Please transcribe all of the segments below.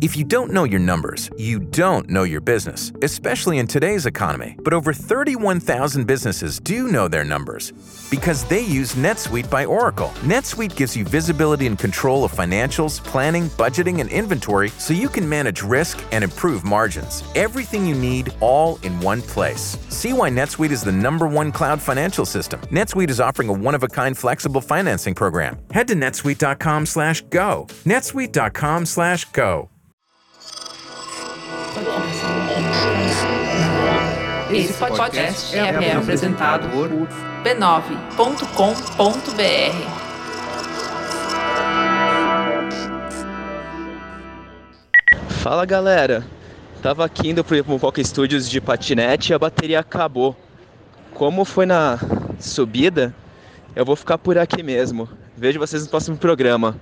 If you don't know your numbers, you don't know your business, especially in today's economy. But over 31,000 businesses do know their numbers because they use NetSuite by Oracle. NetSuite gives you visibility and control of financials, planning, budgeting, and inventory so you can manage risk and improve margins. Everything you need all in one place. See why NetSuite is the number one cloud financial system. NetSuite is offering a one-of-a-kind flexible financing program. Head to netsuite.com/go. slash go. netsuite.com/go. slash go. Esse podcast é apresentado por b9.com.br. Fala galera, tava aqui indo pro Mupoca Studios de patinete e a bateria acabou. Como foi na subida, eu vou ficar por aqui mesmo. Vejo vocês no próximo programa.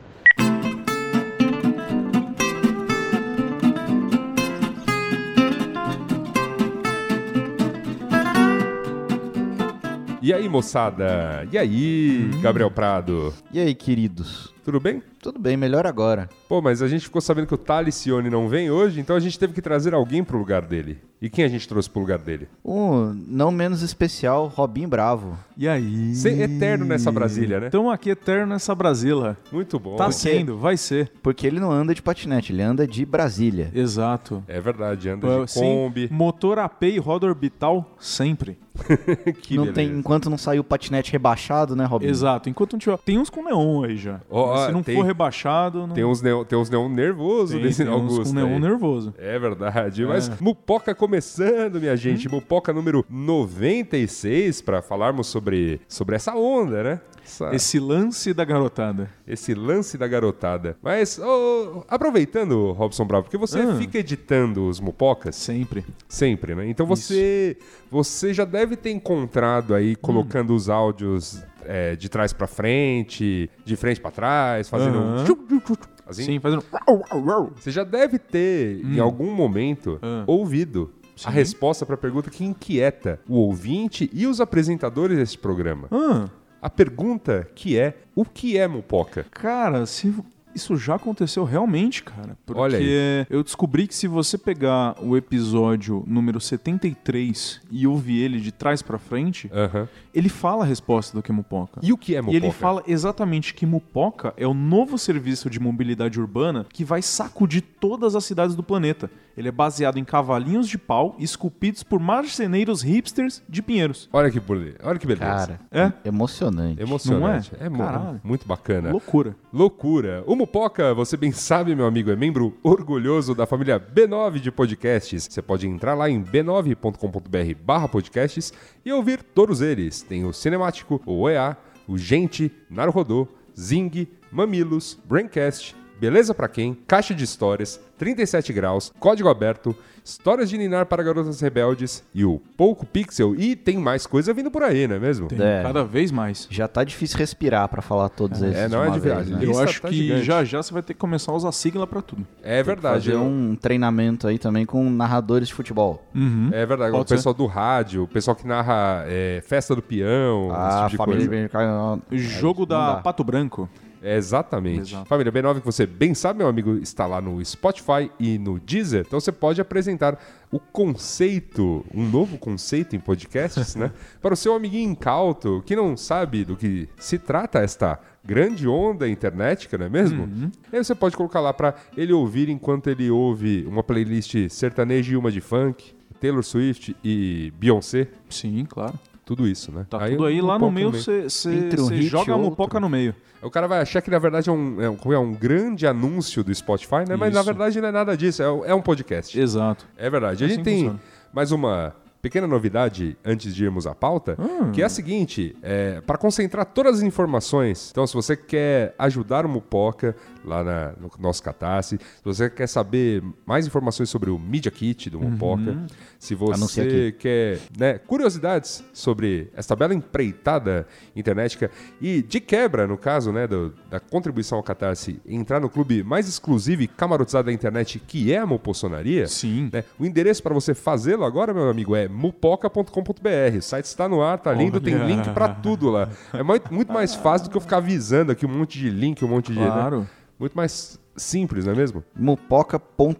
E aí, moçada? E aí, Hum. Gabriel Prado? E aí, queridos? Tudo bem? Tudo bem, melhor agora. Pô, mas a gente ficou sabendo que o Talicione não vem hoje, então a gente teve que trazer alguém pro lugar dele. E quem a gente trouxe pro lugar dele? Um não menos especial, Robin Bravo. E aí? Ser eterno nessa Brasília, né? Estamos aqui eterno nessa Brasília. Muito bom. Tá sendo, vai ser. Porque ele não anda de patinete, ele anda de Brasília. Exato. É verdade, anda Eu, de sim, Kombi. motor AP e roda orbital sempre. que não beleza. tem, enquanto não saiu o patinete rebaixado, né, Robin? Exato. Enquanto não tiver. Tem uns com neon aí já. Hum. Ó, Mas Se ó, não tem- for rebaixado, não Tem uns neon, tem uns neon nervoso tem, desse tem Augusto. uns com neon aí. nervoso. É verdade, mas Mupoca começando, minha gente. Hum. Mupoca número 96, para falarmos sobre, sobre essa onda, né? Essa- Esse lance da garotada. esse lance da garotada. Mas, ô, aproveitando, Robson Bravo, porque você Ah. fica editando os mupocas Sempre. sempre, né? Então você, você já deve ter encontrado aí Hum. colocando os áudios é, de trás pra frente, de frente pra trás, fazendo. Aham. um tchup, tchup, tchup, assim. Sim, fazendo. Você já deve ter, em algum momento, Hum. Ah. ouvido. A resposta pra pergunta que inquieta o ouvinte e os apresentadores desse programa. Ah, A pergunta que é: o que é mupoca? Cara, se isso já aconteceu realmente, cara. Porque Olha eu descobri que se você pegar o episódio número 73 e ouvir ele de trás pra frente, Aham. ele fala a resposta do que é mupoca. É. E o que é E mupoca? ele fala exatamente que Mupoca é o novo serviço de mobilidade urbana que vai sacudir todas as cidades do planeta. Ele é baseado em cavalinhos de pau esculpidos por marceneiros hipsters de Pinheiros. Olha que beleza. Olha que beleza. Cara, É? emocionante. Emocionante. Não é? mu- Caralho. muito bacana. Loucura. Loucura. O Mupoca, você bem sabe, meu amigo, é membro orgulhoso da família B9 de podcasts. Você pode entrar lá em b9.com.br barra podcasts e ouvir todos eles. Tem o Cinemático, o OEA, o Gente, Naruhodô, Zing, Mamilos, Braincast, Beleza Pra Quem, Caixa de Histórias, 37 Graus, Código Aberto, Histórias de Ninar para Garotas Rebeldes e o Pouco Pixel. E tem mais coisa vindo por aí, não é mesmo? Tem É. cada vez mais. Já tá difícil respirar pra falar todos esses. É, não de é uma de vez, verdade. né? Eu Lista acho tá que gigante. já já você vai ter que começar a usar sigla pra tudo. É verdade. Fazer eu- um treinamento aí também com narradores de futebol. É verdade, Pode o pessoal do rádio, o pessoal que narra é, festa do peão, Ah, esse tipo de família coisa. de Benjamin- Jogo É, não da dá. Pato Branco. É, exatamente. Exato. Família B9, que você bem sabe, meu amigo, está lá no Spotify e no Deezer. Então você pode apresentar o conceito, um novo conceito em podcasts, né? Para o seu amiguinho incauto que não sabe do que se trata esta grande onda internetica, não é mesmo? E aí você pode colocar lá para ele ouvir enquanto ele ouve uma playlist sertaneja e uma de funk, Taylor Swift e Beyoncé. Sim, claro. Tudo isso, né? Tá tudo aí o lá no Mupoca meio, você Entre um hit e joga a outro. mupoca no meio. O cara vai achar que, na verdade, é um, é um, como é, um grande anúncio do Spotify, né? Mas, na Isso. verdade, não é nada disso. É, um- é um podcast. Exato. É verdade. a Assim gente tem funciona. mais uma pequena novidade antes de irmos à pauta, Hum. que é a seguinte, é, para concentrar todas as informações, então se você quer ajudar o Mupoca lá na- no nosso Catarse, se você quer saber mais informações sobre o Media Kit do Uhum. Mupoca, se Anuncia você aqui. quer né, curiosidades sobre essa bela empreitada internética e de quebra, no caso, né, do- da contribuição ao Catarse, entrar no clube mais exclusivo e camarotizado da internet, que é a Mupoçonaria, Sim. né? O endereço para você fazê-lo agora, meu amigo, é mupoca.com.br. O site está no ar, tá lindo, tem Olha. link para tudo lá. É muito, muito mais fácil do que eu ficar avisando aqui um monte de link, um monte de. né? Claro. Muito mais simples, não é mesmo?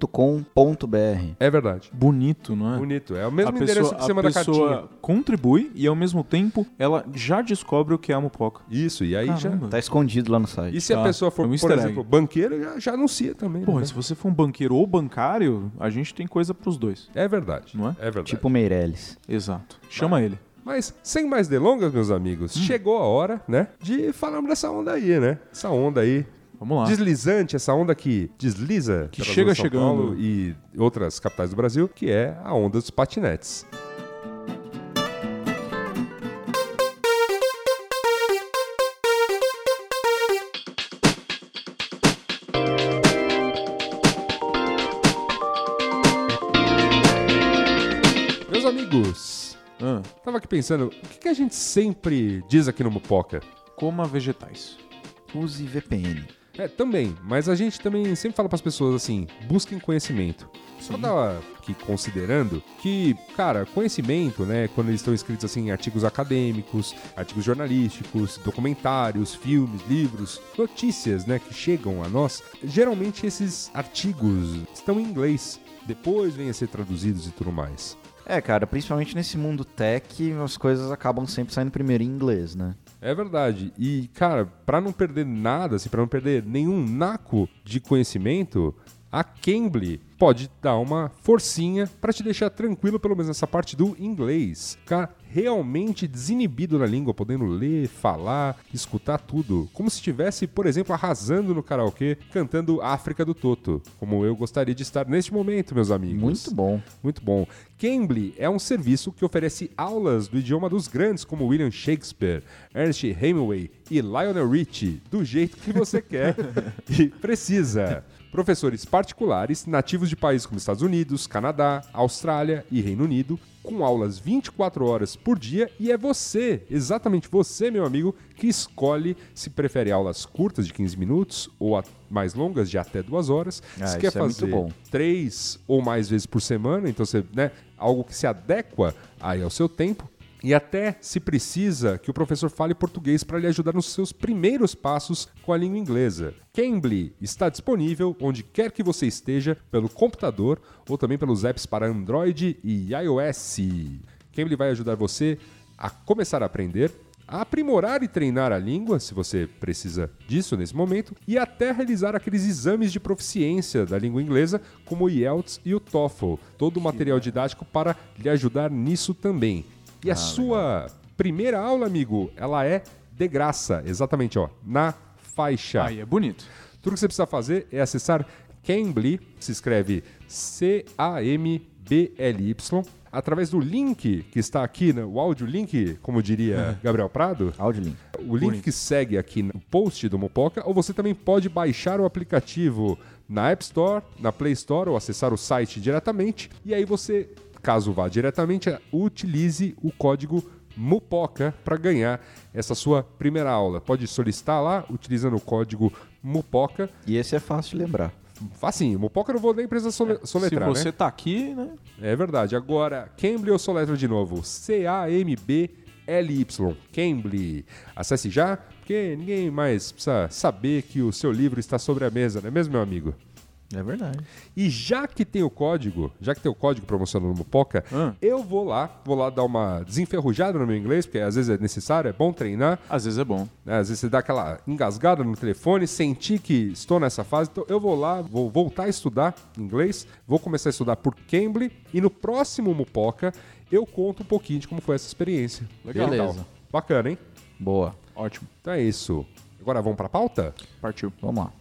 mupoca.com.br. É verdade. Bonito, não é? Bonito. É o mesmo endereço que você manda a pessoa cartinha. contribui e ao mesmo tempo ela já descobre o que é a mupoca. Isso, e aí já. Tá escondido lá no site. E se a Tá. pessoa for, É um por easter egg. exemplo, banqueira, já, já anuncia também. Pô, né? se você for um banqueiro ou bancário, a gente tem coisa pros dois. É verdade. Não é? verdade. Tipo Meirelles. Exato. Chama ele. Mas, sem mais delongas, meus amigos, Hum. chegou a hora, né? De falarmos dessa onda aí, né? Essa onda aí. Vamos lá. Deslizante, essa onda que desliza Que pelas chega ruas de São chegando. Paulo e outras capitais do Brasil, que é a onda dos patinetes. Meus amigos, Ah, Tava aqui pensando, o que, que a gente sempre diz aqui no Mupoca? coma vegetais. Use VPN. É, também, mas a gente também sempre fala pras pessoas assim, busquem conhecimento. Só tava aqui considerando que, cara, conhecimento, né, quando eles estão escritos assim em artigos acadêmicos, artigos jornalísticos, documentários, filmes, livros, notícias, né, que chegam a nós, geralmente esses artigos estão em inglês. Depois vêm a ser traduzidos e tudo mais. É, cara, principalmente nesse mundo tech, as coisas acabam sempre saindo primeiro em inglês, né? É verdade. E, cara, pra não perder nada, assim, pra não perder nenhum naco de conhecimento, a Cambly pode dar uma forcinha pra te deixar tranquilo, pelo menos nessa parte do inglês. Ficar realmente desinibido na língua, podendo ler, falar, escutar tudo. Como se estivesse, por exemplo, arrasando no karaokê, cantando África do Toto. Como eu gostaria de estar neste momento, meus amigos. Muito bom. Muito bom. Cambly é um serviço que oferece aulas do idioma dos grandes como William Shakespeare, Ernest Hemingway e Lionel Richie, do jeito que você quer e precisa. Professores particulares, nativos de países como Estados Unidos, Canadá, Austrália e Reino Unido, com aulas 24 horas por dia e é você, exatamente você, meu amigo, que escolhe se prefere aulas curtas de 15 minutos ou a- mais longas de até duas horas. Ah, se quer isso é muito fazer bom. três ou mais vezes por semana, então você, né, algo que se adequa aí ao seu tempo. E até se precisa que o professor fale português para lhe ajudar nos seus primeiros passos com a língua inglesa. Cambly está disponível onde quer que você esteja, pelo computador ou também pelos apps para Android e iOS. Cambly vai ajudar você a começar a aprender a aprimorar e treinar a língua, se você precisa disso nesse momento, e até realizar aqueles exames de proficiência da língua inglesa, como o IELTS e o TOEFL. Todo o material didático para lhe ajudar nisso também. E a sua primeira aula, amigo, ela é de graça, exatamente, ó, na faixa. Aí é bonito. Tudo que você precisa fazer é acessar Cambly, que se escreve C-A-M-B-L-Y, através do link que está aqui, né, o áudio link, como diria Gabriel Prado. Áudio link. O link que segue aqui no post do Mopoca, ou você também pode baixar o aplicativo na App Store, na Play Store, ou acessar o site diretamente. E aí você, caso vá diretamente, utilize o código MUPOCA para ganhar essa sua primeira aula. Pode solicitar lá utilizando o código MUPOCA. E esse é fácil de lembrar. Facinho, MUPOCA eu não vou nem precisar sole- soletrar, Se você né? tá aqui, né? É verdade. Agora, Cambly eu soletro de novo. C-A-M-B-L-Y. Cambly. Acesse já, porque ninguém mais precisa saber que o seu livro está sobre a mesa, não é mesmo, meu amigo? É verdade. E já que tem o código, já que tem o código promocional no Mupoca, Hum. eu vou lá, vou lá dar uma desenferrujada no meu inglês, porque às vezes é necessário, é bom treinar. Às vezes é bom. Né? Às vezes você dá aquela engasgada no telefone, senti que estou nessa fase, então eu vou lá, vou voltar a estudar inglês, vou começar a estudar por Cambly e no próximo Mupoca eu conto um pouquinho de como foi essa experiência. Legal. Beleza. Bacana, hein? Boa. Ótimo. Então é isso. Agora vamos para pauta? Partiu. Vamos lá.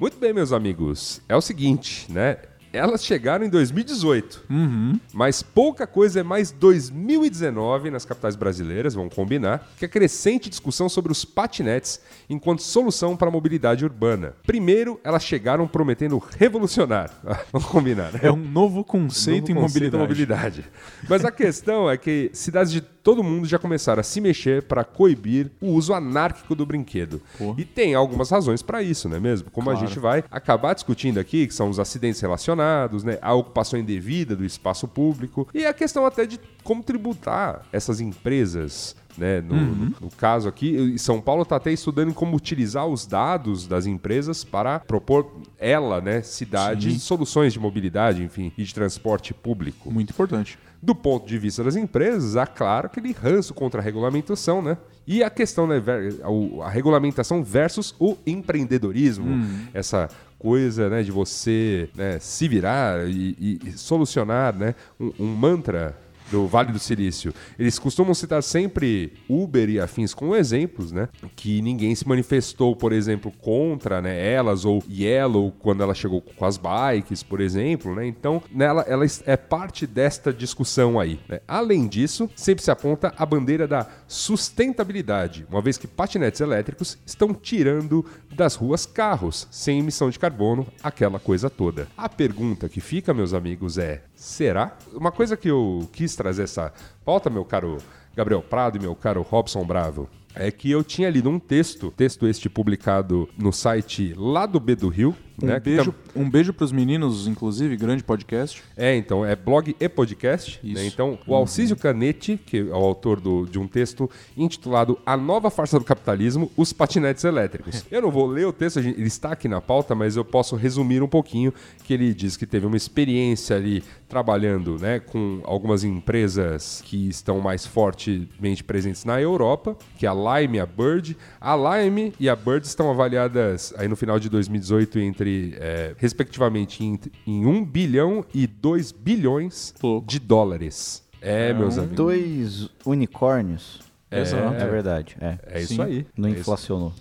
Muito bem, meus amigos. É o seguinte, né? Elas chegaram em 2018. Uhum. Mas pouca coisa é mais 2019 nas capitais brasileiras, vamos combinar, que a crescente discussão sobre os patinetes enquanto solução para a mobilidade urbana. Primeiro, elas chegaram prometendo revolucionar. vamos combinar, né? É um novo conceito É em Novo conceito mobilidade. em mobilidade. Mas a questão é que cidades de todo mundo já começaram a se mexer para coibir o uso anárquico do brinquedo. E tem algumas razões para isso, não é mesmo? Como a gente vai acabar discutindo aqui, que são os acidentes relacionados, né, a ocupação indevida do espaço público e a questão até de como tributar essas empresas né, No, no caso aqui, e São Paulo está até estudando como utilizar os dados das empresas para propor ela, né, cidade, soluções de mobilidade, enfim, e de transporte público. Muito importante. Do ponto de vista das empresas, há claro aquele ranço contra a regulamentação, né? E a questão, né, ver- o- a regulamentação versus o empreendedorismo. Essa coisa, né, de você né, se virar e, e- e solucionar, né, um, um mantra do Vale do Silício. Eles costumam citar sempre Uber e afins com exemplos, né? Que ninguém se manifestou, por exemplo, contra né, elas, ou Yellow, quando ela chegou com as bikes, por exemplo, né? Então, nela, ela es- é parte desta discussão aí. né? Além disso, sempre se aponta a bandeira da sustentabilidade, uma vez que patinetes elétricos estão tirando das ruas carros, sem emissão de carbono, aquela coisa toda. A pergunta que fica, meus amigos, é: será? Uma coisa que eu quis trazer essa pauta, meu caro Gabriel Prado e meu caro Robson Bravo. É que eu tinha lido um texto, texto este publicado no site lá do B do Rio. Um né, que beijo, tam- um beijo pros meninos, inclusive, grande podcast. é, então, é blog e podcast. Isso. né? Então, o Alcísio Canetti, que é o autor do- de um texto intitulado A Nova Farsa do Capitalismo, Os Patinetes Elétricos. Eu não vou ler o texto, a gente- ele está aqui na pauta, mas eu posso resumir um pouquinho que ele diz que teve uma experiência ali trabalhando né, com algumas empresas que estão mais fortemente presentes na Europa, que é a Lime e a Bird. A Lime e a Bird estão avaliadas aí no final de 2018 entre, é, respectivamente, em, em 1 bilhão e 2 bilhões Pouco. de dólares. É, meus amigos. Dois unicórnios. É, Exato. verdade. É. É isso Sim. aí. Não é isso inflacionou.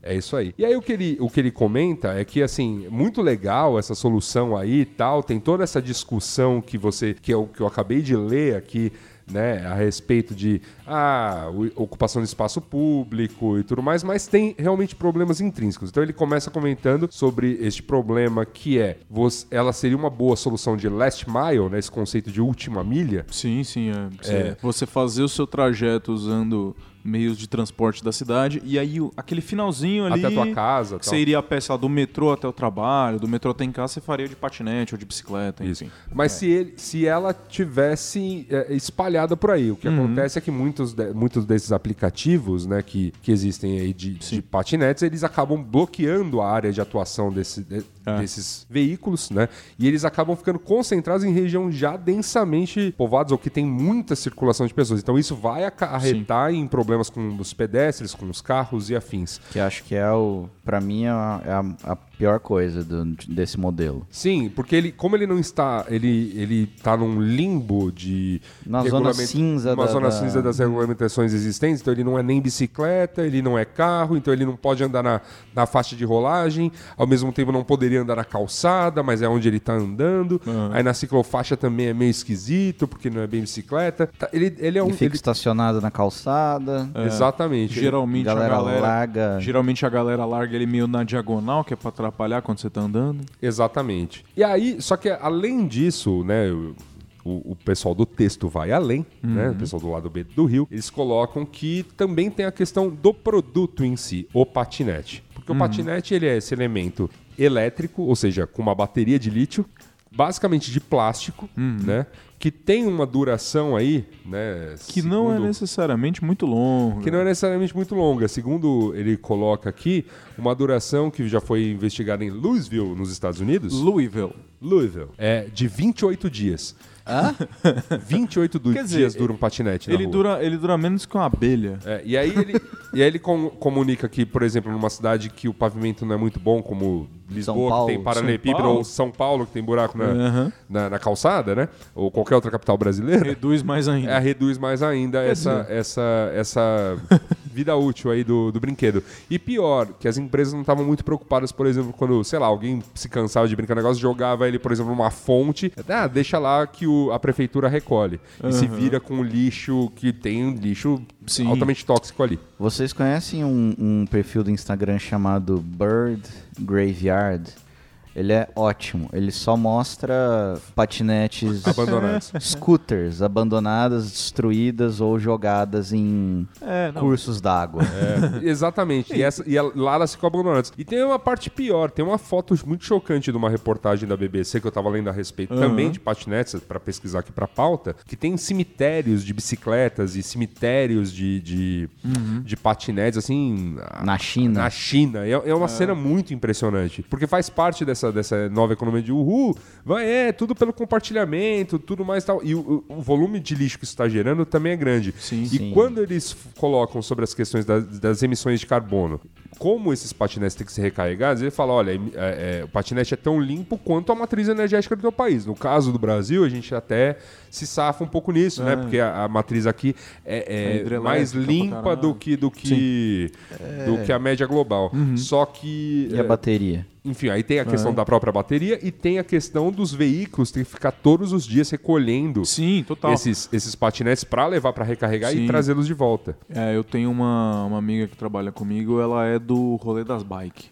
É isso aí. E aí o que ele, o que ele comenta é que assim, muito legal essa solução aí e tal, tem toda essa discussão que você que eu, que eu acabei de ler aqui, né, a respeito de ah, o- ocupação de espaço público e tudo mais, mas tem realmente problemas intrínsecos. Então ele começa comentando sobre este problema que é, você- ela seria uma boa solução de last mile, né, esse conceito de última milha, Sim, sim. é. Você, você fazer o seu trajeto usando meios de transporte da cidade e aí o- aquele finalzinho ali. Até a tua casa, Que tal. você iria a pé, sei lá, do metrô até o trabalho, do metrô até em casa, você faria de patinete ou de bicicleta, Isso. enfim. Mas se, ele, se ela tivesse é, espalhada por aí, o que acontece é que muitos, de- muitos desses aplicativos né, que, que existem aí de, de patinetes, eles acabam bloqueando a área de atuação desse- de- desses veículos, né? E eles acabam ficando concentrados em região já densamente povoados ou que tem muita circulação de pessoas. Então isso vai acarretar em problemas com os pedestres, com os carros e afins. Que acho que é o. Pra mim, é a, é a- a pior coisa do- desse modelo. Sim, porque ele, como ele não está, ele ele tá num limbo de Na zona regulamento- cinza uma da- zona da- cinza das regulamentações existentes, então ele não é nem bicicleta, ele não é carro, então ele não pode andar na, na faixa de rolagem, ao mesmo tempo não poderia andar na calçada, mas é onde ele tá andando. Aí na ciclofaixa também é meio esquisito, porque não é bem bicicleta. Tá, ele, ele é um E fica ele- É. estacionado na calçada. exatamente. ele- É. Geralmente Galera a galera larga. Geralmente a galera larga ele meio na diagonal, que é pra atrapalhar quando você tá andando. Exatamente. E aí, só que além disso, né? o- O, o pessoal do texto vai além, né? Uhum. O pessoal do lado B do Rio, eles colocam que também tem a questão do produto em si, o patinete. Porque Uhum. o patinete ele é esse elemento elétrico, ou seja, com uma bateria de lítio, basicamente de plástico, Uhum. né? Que tem uma duração aí, né? Que não é segundo- necessariamente muito longo. que não é necessariamente muito longa. Segundo ele coloca aqui, uma duração que já foi investigada em Louisville, nos Estados Unidos. Louisville. Louisville. É de 28 dias. Hã? 28 do- Quer dizer, dias dura um patinete na Ele rua. dura, ele dura menos que uma abelha. É, e aí ele, e aí ele com- comunica que, por exemplo, numa cidade que o pavimento não é muito bom, como Lisboa, Paulo. que tem paralelepípedo, São Paulo. ou São Paulo, que tem buraco na, Aham. na, na calçada, né? Ou qualquer outra capital brasileira, Reduz mais ainda. é, reduz mais ainda essa, essa, essa vida útil aí do, do brinquedo. E pior, que as empresas não estavam muito preocupadas, por exemplo, quando, sei lá, alguém se cansava de brincar no negócio, jogava ele, por exemplo, numa fonte. Ah, deixa lá que o- a prefeitura recolhe. E se vira com o lixo que tem um lixo Sim. altamente tóxico ali. Vocês conhecem um, um perfil do Instagram chamado Bird Graveyard? Ele é ótimo. Ele só mostra patinetes, Abandonados. scooters abandonadas, destruídas ou jogadas em É, não. cursos d'água. É, exatamente. E, essa, e a- lá elas ficam abandonadas. E tem uma parte pior, tem uma foto muito chocante de uma reportagem da BBC que eu tava lendo a respeito também de patinetes, pra pesquisar aqui pra pauta, que tem cemitérios de bicicletas e cemitérios de, de, de patinetes, assim... a- Na China. Na China. É, é uma cena muito impressionante. Porque faz parte dessa, dessa nova economia de uhul, vai, é, tudo pelo compartilhamento, tudo mais e tal. E o, o volume de lixo que isso está gerando também é grande. Sim. E Sim. quando eles f- colocam sobre as questões das, das emissões de carbono, como esses patinetes têm que ser recarregados, ele fala, olha, em- é, é, o patinete é tão limpo quanto a matriz energética do teu país. No caso do Brasil, a gente até se safa um pouco nisso, né? Porque a, a matriz aqui é, É é Ah. hidrelétrica mais pra limpa caralho. do que do que do que a média global. Uhum. Só que E a é, bateria? enfim, aí tem a É. questão da própria bateria e tem a questão dos veículos tem que ficar todos os dias recolhendo Sim, total. esses esses patinetes para levar para recarregar e Sim. trazê-los de volta. É, eu tenho uma, uma amiga que trabalha comigo, ela é do rolê das bike.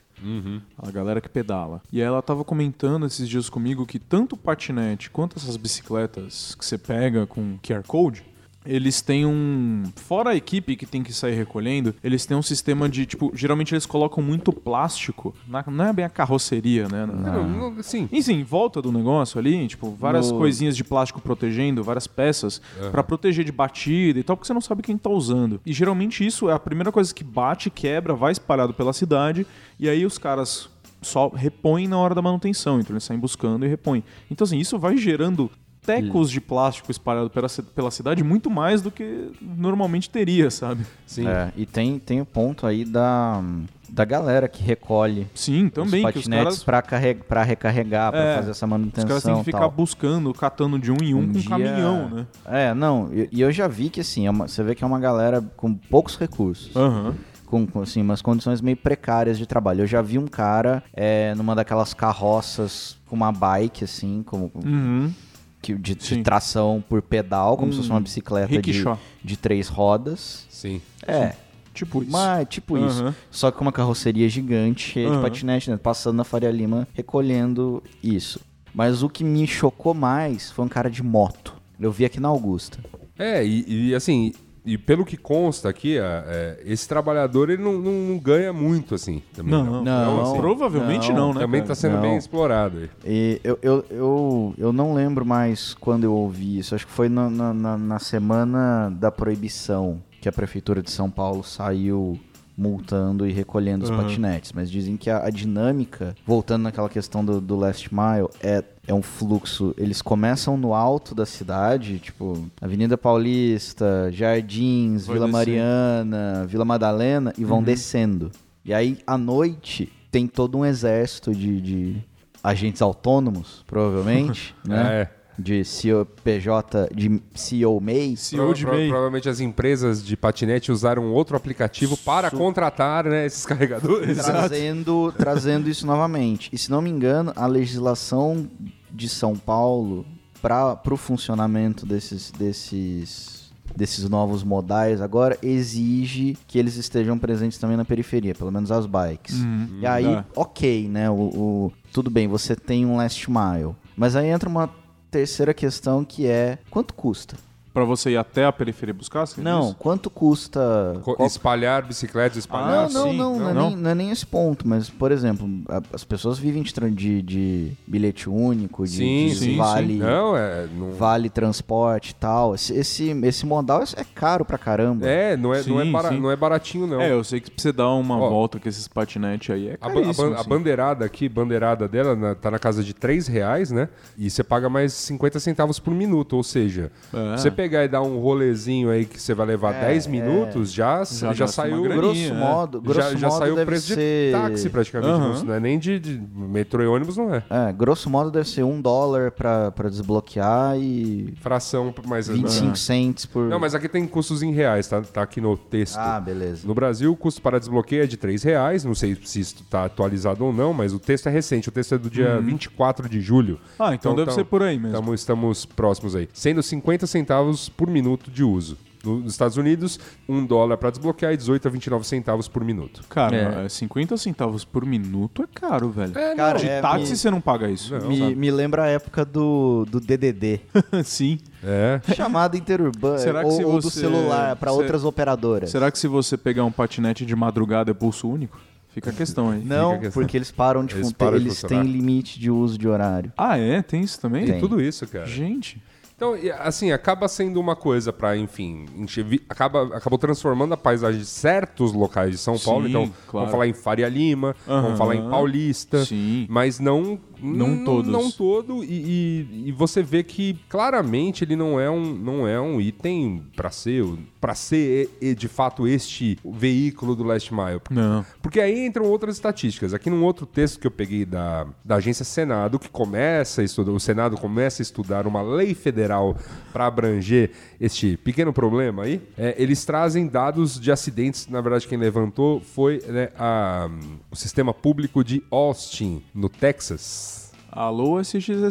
A galera que pedala. E aí ela tava comentando esses dias comigo que tanto o patinete quanto essas bicicletas que você pega com QR Code, eles têm um. Fora a equipe que tem que sair recolhendo, eles têm um sistema de, tipo, geralmente eles colocam muito plástico. na- não é bem a carroceria, né? Na- Não, não, sim. enfim, em volta do negócio ali, tipo, várias No- coisinhas de plástico protegendo, várias peças, pra proteger de batida e tal, porque você não sabe quem tá usando. E geralmente isso é a primeira coisa que bate, quebra, vai espalhado pela cidade, e aí os caras só repõem na hora da manutenção, então eles saem buscando e repõem. Então, assim, isso vai gerando tecos de plástico espalhado pela, ci- pela cidade muito mais do que normalmente teria, sabe? Sim. É, e tem, tem o ponto aí da, da galera que recolhe Sim, também, os que os patinetes caras, pra, carreg- pra recarregar, pra É, fazer essa os manutenção caras têm que ficar tal. buscando, catando de um em um, Um com dia- caminhão, né? É, não, e, e eu já vi que assim, é uma- você vê que é uma galera com poucos recursos. Aham. Com, com, assim, umas condições meio precárias de trabalho. Eu já vi um cara é, numa daquelas carroças com uma bike, assim, como, Uhum. que, de, de Sim. tração por pedal, como Um se fosse uma bicicleta de, rickshaw. de três rodas. Sim. É, Tipo isso. mas tipo Aham. isso. Só que com uma carroceria gigante, cheia Aham. de patinete, né? Passando na Faria Lima, recolhendo isso. Mas o que me chocou mais foi um cara de moto. Eu vi aqui na Augusta. É, e, e, assim, e pelo que consta aqui, a- é, esse trabalhador ele não, não- não ganha muito, assim, também. Não, né? não, Não, assim, provavelmente não, né? também cara? tá sendo Não. bem explorado aí. E eu, eu, eu, eu não lembro mais quando eu ouvi isso. Acho que foi na, na, na- na semana da proibição que a Prefeitura de São Paulo saiu multando e recolhendo os patinetes. Mas dizem que a, a dinâmica, voltando naquela questão do, do Last Mile, é, é um fluxo. Eles começam no alto da cidade, tipo Avenida Paulista, Jardins, Vai Vila descendo. Mariana, Vila Madalena, e vão descendo. E aí, à noite, tem todo um exército de, de agentes autônomos, provavelmente, né? É. De COPJ, de CEO MEI. CEO de Prova- MEI. Provavelmente as empresas de patinete usaram outro aplicativo para contratar né, esses carregadores. trazendo, trazendo isso novamente. E se não me engano, a legislação de São Paulo para o funcionamento desses, desses, desses novos modais agora exige que eles estejam presentes também na periferia, pelo menos as bikes. E aí, tá. ok, né? O, o- tudo bem, você tem um last mile. Mas aí entra uma terceira questão que é quanto custa? Pra você ir até a periferia buscar? você não, diz? quanto custa? Co- Ah, qual- Espalhar bicicletas, espalhar. não, não, sim. não, não, é Não? nem- não é nem esse ponto, mas, por exemplo, a- as pessoas vivem de, tran- de, de bilhete único, de, Sim, de sim, sim. vale, Não, é. Não... vale transporte e tal. Esse, esse, esse modal é- é caro pra caramba. É, não é, não, é Sim, bara- sim. não é baratinho, não. É, eu sei que pra você dar uma Ó. volta com esses patinetes aí é A, ba- a caríssimo. ban- a assim. bandeirada aqui, bandeirada dela, na, tá na casa de 3 reais, né? E você paga mais 50 centavos por minuto. Ou seja, É. você pegar e dar um rolezinho aí que você vai levar 10 minutos, já, já, gasta uma saiu. graninha, É, grosso é. modo, grosso já, já modo saiu o deve preço ser... de táxi praticamente. Aham. Não, não é nem de, de metrô e ônibus, não é. É, grosso modo deve ser um dólar pra, pra desbloquear e Fração, mas. 25 cents por... É. Não, mas aqui tem custos em reais, tá, tá aqui no texto. Ah, beleza. No Brasil, o custo para desbloqueio é de R$ 3,00. Não sei se isso está atualizado ou não, mas o texto é recente. O texto é do dia Uhum. 24 de julho. Então, Ah, então deve ser por aí mesmo. tamo- estamos próximos aí. Sendo 50 centavos por minuto de uso. no- nos Estados Unidos, 1 dólar para desbloquear e 18 a 29 centavos por minuto. Cara, 50 centavos por minuto é caro, velho. É. Cara, de é, táxi me- você não paga isso. Me, me lembra a época do, do DDD. Sim. É. Chamada interurbana Será que ou, se ou do você- celular para se- outras operadoras. Será que se você pegar um patinete de madrugada é pulso único? Fica a questão aí. Fica a Não, questão. porque eles param de Eles fun- param de Eles têm funcionar. limite de uso de horário. Ah, é? Tem isso também? Tem. Tudo isso, cara. Gente. Então, e, assim, acaba sendo uma coisa pra, enfim, enche- vi- acaba, acabou transformando a paisagem de certos locais de São Sim, Paulo. Então, claro. vamos falar em Faria Lima, Aham. vamos falar em Paulista, Sim. mas não Não n- todos. não todo. E, e- e você vê que claramente ele não é um, não é um item pra ser, para ser e- e, de fato este veículo do Last Mile. Não. Porque aí entram outras estatísticas. Aqui num outro texto que eu peguei da, da agência Senado, que começa a estudar, o Senado começa a estudar uma lei federal para abranger este pequeno problema aí, é, eles trazem dados de acidentes. Na verdade, quem levantou foi né, a- o sistema público de Austin, no Texas. Alô,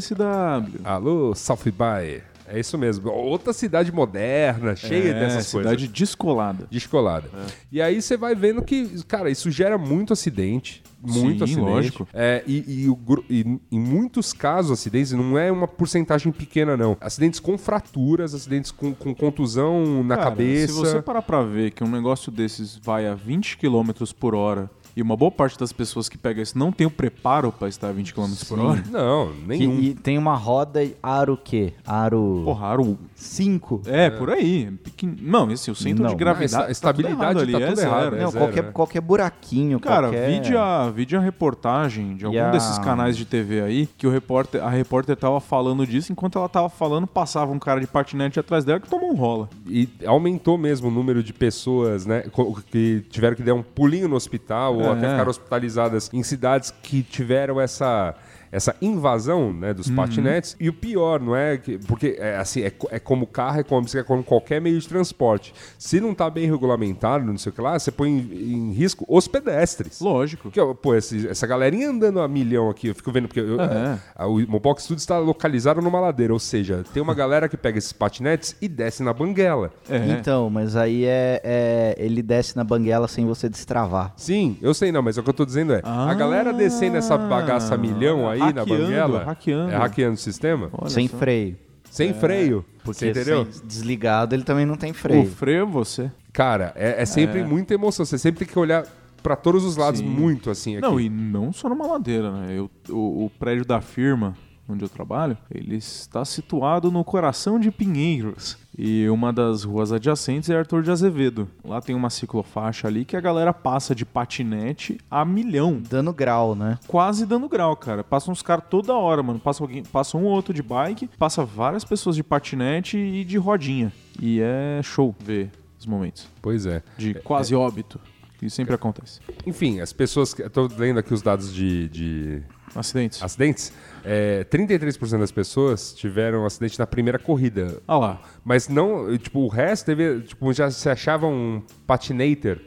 SXSW. Alô, South By. É isso mesmo. Outra cidade moderna, cheia é, dessas coisas cidade descolada. descolada. É. E aí você vai vendo que, cara, isso gera muito acidente. Muito Sim, acidente. lógico. É, e, e o gru- e em muitos casos, acidentes não é uma porcentagem pequena, não. Acidentes com fraturas, acidentes com, com contusão na Cara, cabeça. Se você parar pra ver que um negócio desses vai a 20 km por hora e uma boa parte das pessoas que pega isso não tem o preparo pra estar a 20 km por hora. Não, Que- nenhum. e tem uma roda aro quê? Aro um Porra, aro- 5? é, por aí. Pequen- Não, esse, o centro Não. de Não, gravidade. esta- estabilidade tá tudo errado. tá ali, tudo é errado, zero. né? Não, zero, qualquer, qualquer buraquinho, Cara, qualquer... vide, a, vide a reportagem de algum a- desses canais de TV aí, que o repórter, a repórter tava falando disso, enquanto ela tava falando, passava um cara de patinete atrás dela que tomou um rola. E aumentou mesmo o número de pessoas, né, co- que tiveram que dar um pulinho no hospital ou É. até ficaram hospitalizadas em cidades que tiveram essa essa invasão, né, dos patinetes. E o pior, não é que, porque é assim, é, co- é como carro, é como bicicleta, é como qualquer meio de transporte. Se não tá bem regulamentado, não sei o que lá, você põe em, em risco os pedestres. Lógico. Porque, ó, pô, esse- essa galerinha andando a milhão aqui, eu fico vendo, porque eu- É. a- o Mopox Studio está localizado numa ladeira, ou seja, tem uma galera que pega esses patinetes e desce na banguela. É. Então, mas aí é, é- ele desce na banguela sem você destravar. Sim, eu sei não, mas o que eu tô dizendo é, Ah. a galera descendo essa bagaça a milhão aí na Hackeando, banguela, hackeando. é hackeando o sistema, sem freio. sem freio, Porque você entendeu? sem- desligado ele também não tem O freio. freio é você. Cara, é, é sempre muita emoção, você sempre tem que olhar pra todos os lados muito assim aqui. Não, e não só numa ladeira, né? Eu- o, o prédio da firma onde eu trabalho, ele está situado no coração de Pinheiros. E uma das ruas adjacentes é Arthur de Azevedo. Lá tem uma ciclofaixa ali que a galera passa de patinete a milhão. Dando grau, né? Quase dando grau, cara. Passam uns caras toda hora, mano. Passa, alguém, passa um ou outro de bike, passa várias pessoas de patinete e de rodinha. E é show ver os momentos Pois é. de quase óbito. Que sempre acontece. Enfim, as pessoas, que- eu tô lendo aqui os dados de- de, Acidentes. acidentes, é, 33% das pessoas tiveram acidente na primeira corrida. Ah lá. Mas não, tipo, o resto teve, tipo, já se achava um patinator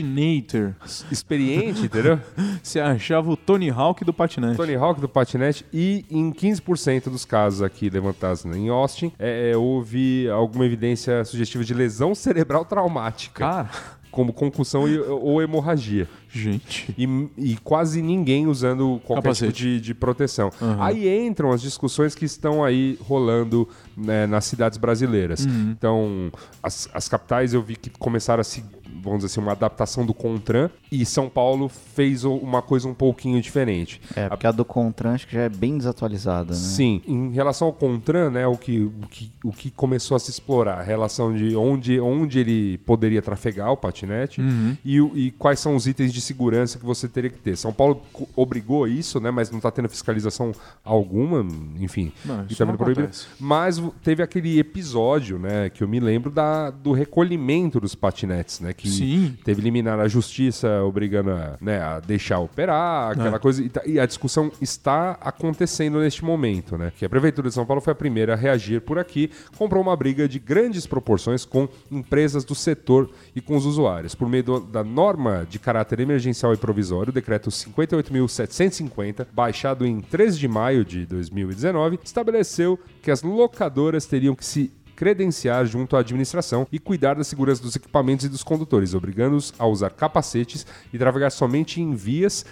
Patinator. experiente, entendeu? Se achava o Tony Hawk do patinete. Tony Hawk do patinete e em 15% dos casos aqui levantados em Austin, é, é, houve alguma evidência sugestiva de lesão cerebral traumática, Cara, como concussão e- ou hemorragia. gente. E, e quase ninguém usando qualquer Capacete. tipo de, de proteção. Aí entram as discussões que estão aí rolando né, nas cidades brasileiras. Então, as, as capitais eu vi que começaram a se. Vamos dizer assim, uma adaptação do Contran e São Paulo fez o- uma coisa um pouquinho diferente. É, porque a do Contran acho que já é bem desatualizada, né? Sim, em relação ao Contran, né, o que, o que, o que começou a se explorar, a relação de onde, onde ele poderia trafegar o patinete Uhum. e, o- e quais são os itens de segurança que você teria que ter. São Paulo co- obrigou isso, né, mas não está tendo fiscalização alguma, enfim. Não, isso e tá não vendo proibido. acontece. Mas o- teve aquele episódio, né, que eu me lembro da, do recolhimento dos patinetes, né, que Sim. teve liminar a justiça obrigando a, né, a deixar operar, aquela coisa. E, tá- e a discussão está acontecendo neste momento, né? Que a Prefeitura de São Paulo foi a primeira a reagir por aqui, comprou uma briga de grandes proporções com empresas do setor e com os usuários. Por meio do- da norma de caráter emergencial e provisório, o decreto 58.750, baixado em 3 de maio de 2019, estabeleceu que as locadoras teriam que se credenciar junto à administração e cuidar da segurança dos equipamentos e dos condutores, obrigando-os a usar capacetes e navegar somente em vias,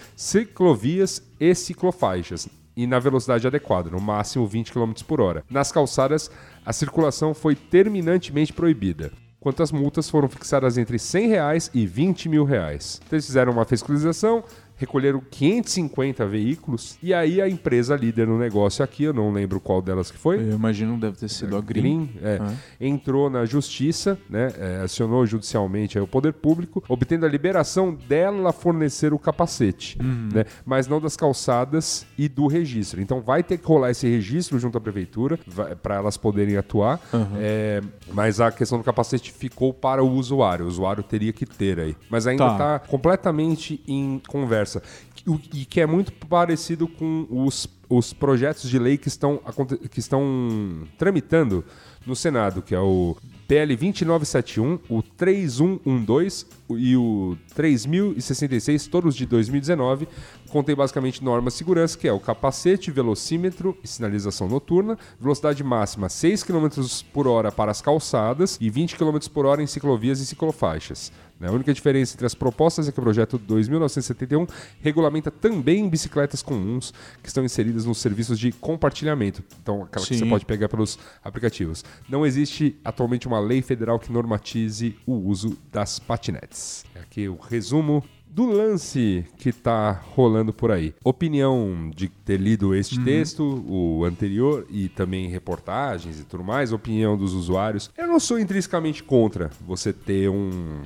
ciclovias e ciclofaixas. E na velocidade adequada, no máximo 20 km por hora. Nas calçadas, a circulação foi terminantemente proibida quanto as multas foram fixadas entre R$ 100 reais e R$ 20 mil. Reais. Então, eles fizeram uma fiscalização, recolheram 550 veículos e aí a empresa líder no negócio aqui, eu não lembro qual delas que foi, Eu imagino deve ter sido a Green. Green, é, né? entrou na justiça, né, é, acionou judicialmente aí o poder público, obtendo a liberação dela fornecer o capacete, né, mas não das calçadas e do registro. Então vai ter que rolar esse registro junto à prefeitura para elas poderem atuar, é, mas a questão do capacete ficou para o usuário, o usuário teria que ter aí. Mas ainda Tá. está completamente em conversa. O- E que é muito parecido com os, os projetos de lei que estão, aconte- que estão tramitando no Senado, que é o PL 2971, o 3112 e o 3066, todos de 2019, contém basicamente normas de segurança, que é o capacete, velocímetro e sinalização noturna, velocidade máxima 6 km por hora para as calçadas e 20 km por hora em ciclovias e ciclofaixas. Né? A única diferença entre as propostas é que o projeto 2971 regulamenta também bicicletas comuns que estão inseridas nos serviços de compartilhamento. Então, aquela que Sim. você pode pegar pelos aplicativos. Não existe atualmente uma lei federal que normatize o uso das patinetes. É Aqui o resumo do lance que tá rolando por aí. Opinião de ter lido este Uhum. texto, o anterior, e também reportagens e tudo mais, opinião dos usuários. Eu não sou intrinsecamente contra você ter um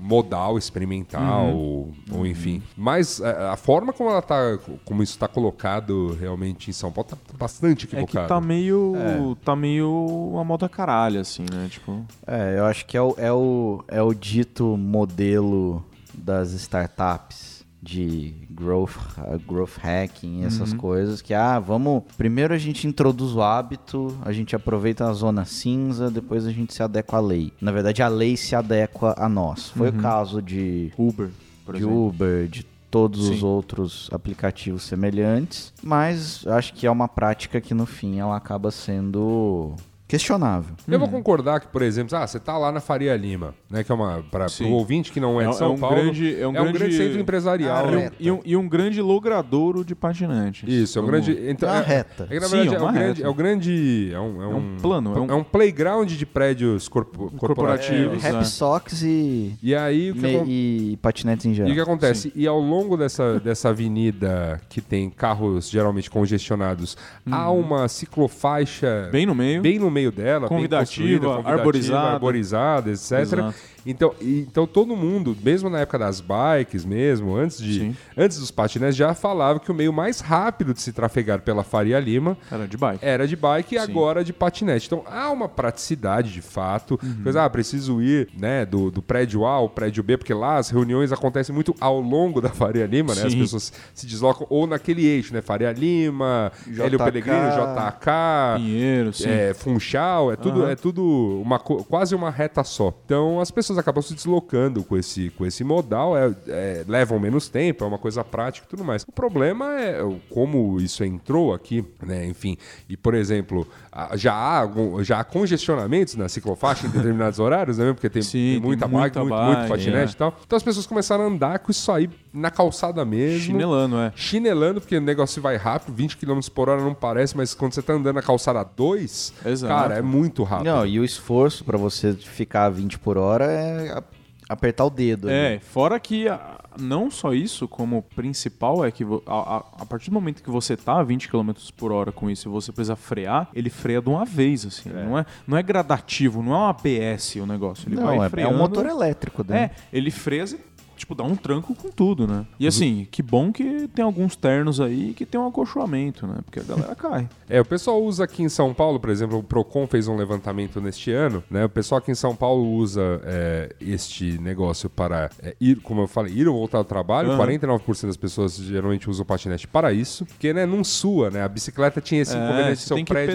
um modal experimental, Uhum. ou, ou enfim. Mas a, a forma como ela tá, como isso tá colocado realmente em São Paulo, tá bastante É que equivocado. tá meio. É. tá meio a moda caralho, assim, né? Tipo. É, eu acho que é o, é o, é o dito modelo das startups de growth, uh, growth hacking, essas Uhum. coisas, que ah, vamos, primeiro a gente introduz o hábito, a gente aproveita a zona cinza, depois a gente se adequa à lei. Na verdade, a lei se adequa a nós. Foi o caso de Uber, Uhum. por de exemplo. Uber, de todos os Sim. outros aplicativos semelhantes, mas acho que é uma prática que no fim ela acaba sendo questionável. Eu vou concordar que, por exemplo, ah, você tá lá na Faria Lima, né? Que é uma. Para Sim. o ouvinte que não é de É- São é um Paulo. grande- é um grande- centro empresarial. Ah, né? é. E um, e um grande logradouro de patinetes. Isso, é um Todo grande. mundo. Então, Uma é, reta. É que, na Sim, verdade, é é, um uma grande, reta. é um grande. É um, é É um, um plano, é um- é um playground de prédios corpo- corporativos. Corporativo. Rap é. socks e, E aí o que, me- acon- e patinetes em e o que geral. acontece? E ao longo dessa, dessa avenida que tem carros geralmente congestionados, há uma ciclofaixa Uhum. Bem no meio. bem no meio dela, bem Convidativa, construída, arborizada. arborizada, etc. Exato. Então, e- então todo mundo, mesmo na época das bikes mesmo, antes de Sim. antes dos patinetes, já falava que o meio mais rápido de se trafegar pela Faria Lima Era de bike. era de bike e agora de patinete. Então há uma praticidade de fato. Uhum. Coisa, ah, preciso ir né, do, do prédio A ao prédio B, porque lá as reuniões acontecem muito ao longo da Faria Lima, né? As Sim. pessoas se deslocam ou naquele eixo, né? Faria Lima, JK, Hélio Pellegrino, JK. Pinheiro, sim. É, Funchal, é tudo, é tudo uma, co- quase uma reta só. Então as pessoas acabam se deslocando com esse, com esse modal, é, é, levam menos tempo, é uma coisa prática e tudo mais. O problema é o- como isso entrou aqui, né? Enfim, e por exemplo, a- já há, algum- já há congestionamentos na ciclofaixa em determinados horários, né? Porque tem, Sim, tem tem muita muita bike, muito, bike, muito patinete é. e tal. Então as pessoas começaram a andar com isso aí na calçada mesmo Chinelando, é. chinelando, porque o negócio vai rápido, 20 km por hora não parece, mas quando você tá andando na calçada 2, Exato. cara, é muito rápido. Não, e o esforço pra você ficar a 20 por hora é a- apertar o dedo. ali. É, fora que a- não só isso, como principal é que vo- a, a- a partir do momento que você tá a 20 km por hora com isso e você precisa frear, ele freia de uma vez, assim. Não, é, não é gradativo, não é uma ABS o negócio. Ele Não, vai é, é freando, um motor elétrico, né? É, ele freia e, tipo, dá um tranco com tudo, né? E Uhum. assim, que bom que tem alguns ternos aí que tem um acolchoamento, né? Porque a galera cai. É, o pessoal usa aqui em São Paulo, por exemplo, o Procon fez um levantamento neste ano, né? O pessoal aqui em São Paulo usa é, este negócio para é, ir, como eu falei, ir ou voltar ao trabalho. 49% das pessoas geralmente usam o patinete para isso, porque né, não sua, né? A bicicleta tinha esse É, inconveniente, você seu tem que prédio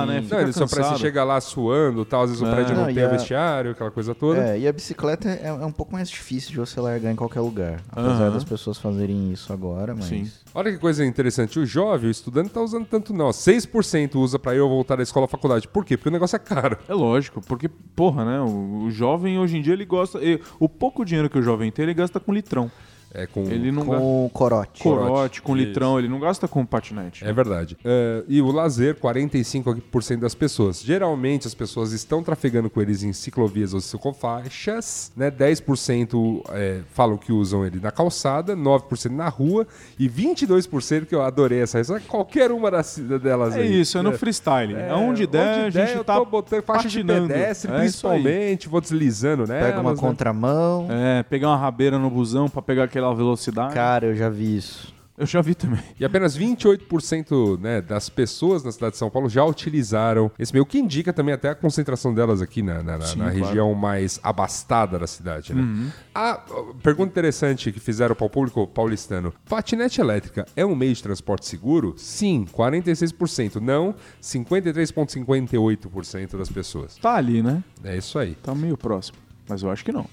não tem... né? Não, Fica ele só parece que cansado. É. chega lá suando, tal, às vezes o prédio não, Não, e tem o a- vestiário, aquela coisa toda. É, e a bicicleta é, é um pouco mais difícil de você chegar em qualquer lugar. Apesar Aham. das pessoas fazerem isso agora, mas. Sim. Olha que coisa interessante, o jovem, o estudante, não tá usando tanto não. 6% usa pra eu voltar à escola ou faculdade. Por quê? Porque o negócio é caro. É lógico, porque, porra, né? O, o jovem hoje em dia ele gosta. e- o pouco dinheiro que o jovem tem, ele gasta com litrão. É com... Ele não gasta Com o corote. com corote, com Isso. litrão, ele não gasta com patinete. É verdade. É, e o lazer, 45% das pessoas. Geralmente as pessoas estão trafegando com eles em ciclovias ou ciclofaixas, né? 10% é, falam que usam ele na calçada, 9% na rua e 22% que eu adorei essa resposta. Qualquer uma das, delas É, aí. isso, é no freestyle. É, onde der, a gente eu tá tô botando faixa patinando. de pedestre, É isso aí. principalmente, vou deslizando, né? Pega uma Elas, contramão. É, pegar uma rabeira no busão pra pegar aquela velocidade. Cara, eu já vi isso. Eu já vi também. E apenas 28% né, das pessoas na cidade de São Paulo já utilizaram esse meio, o que indica também até a concentração delas aqui na, na- na- na região mais abastada da cidade. Né? A pergunta interessante que fizeram para o público paulistano: patinete elétrica é um meio de transporte seguro? Sim, 46%. Não, 53,58% das pessoas. Tá ali, né? É isso aí. Tá meio próximo. Mas eu acho que não.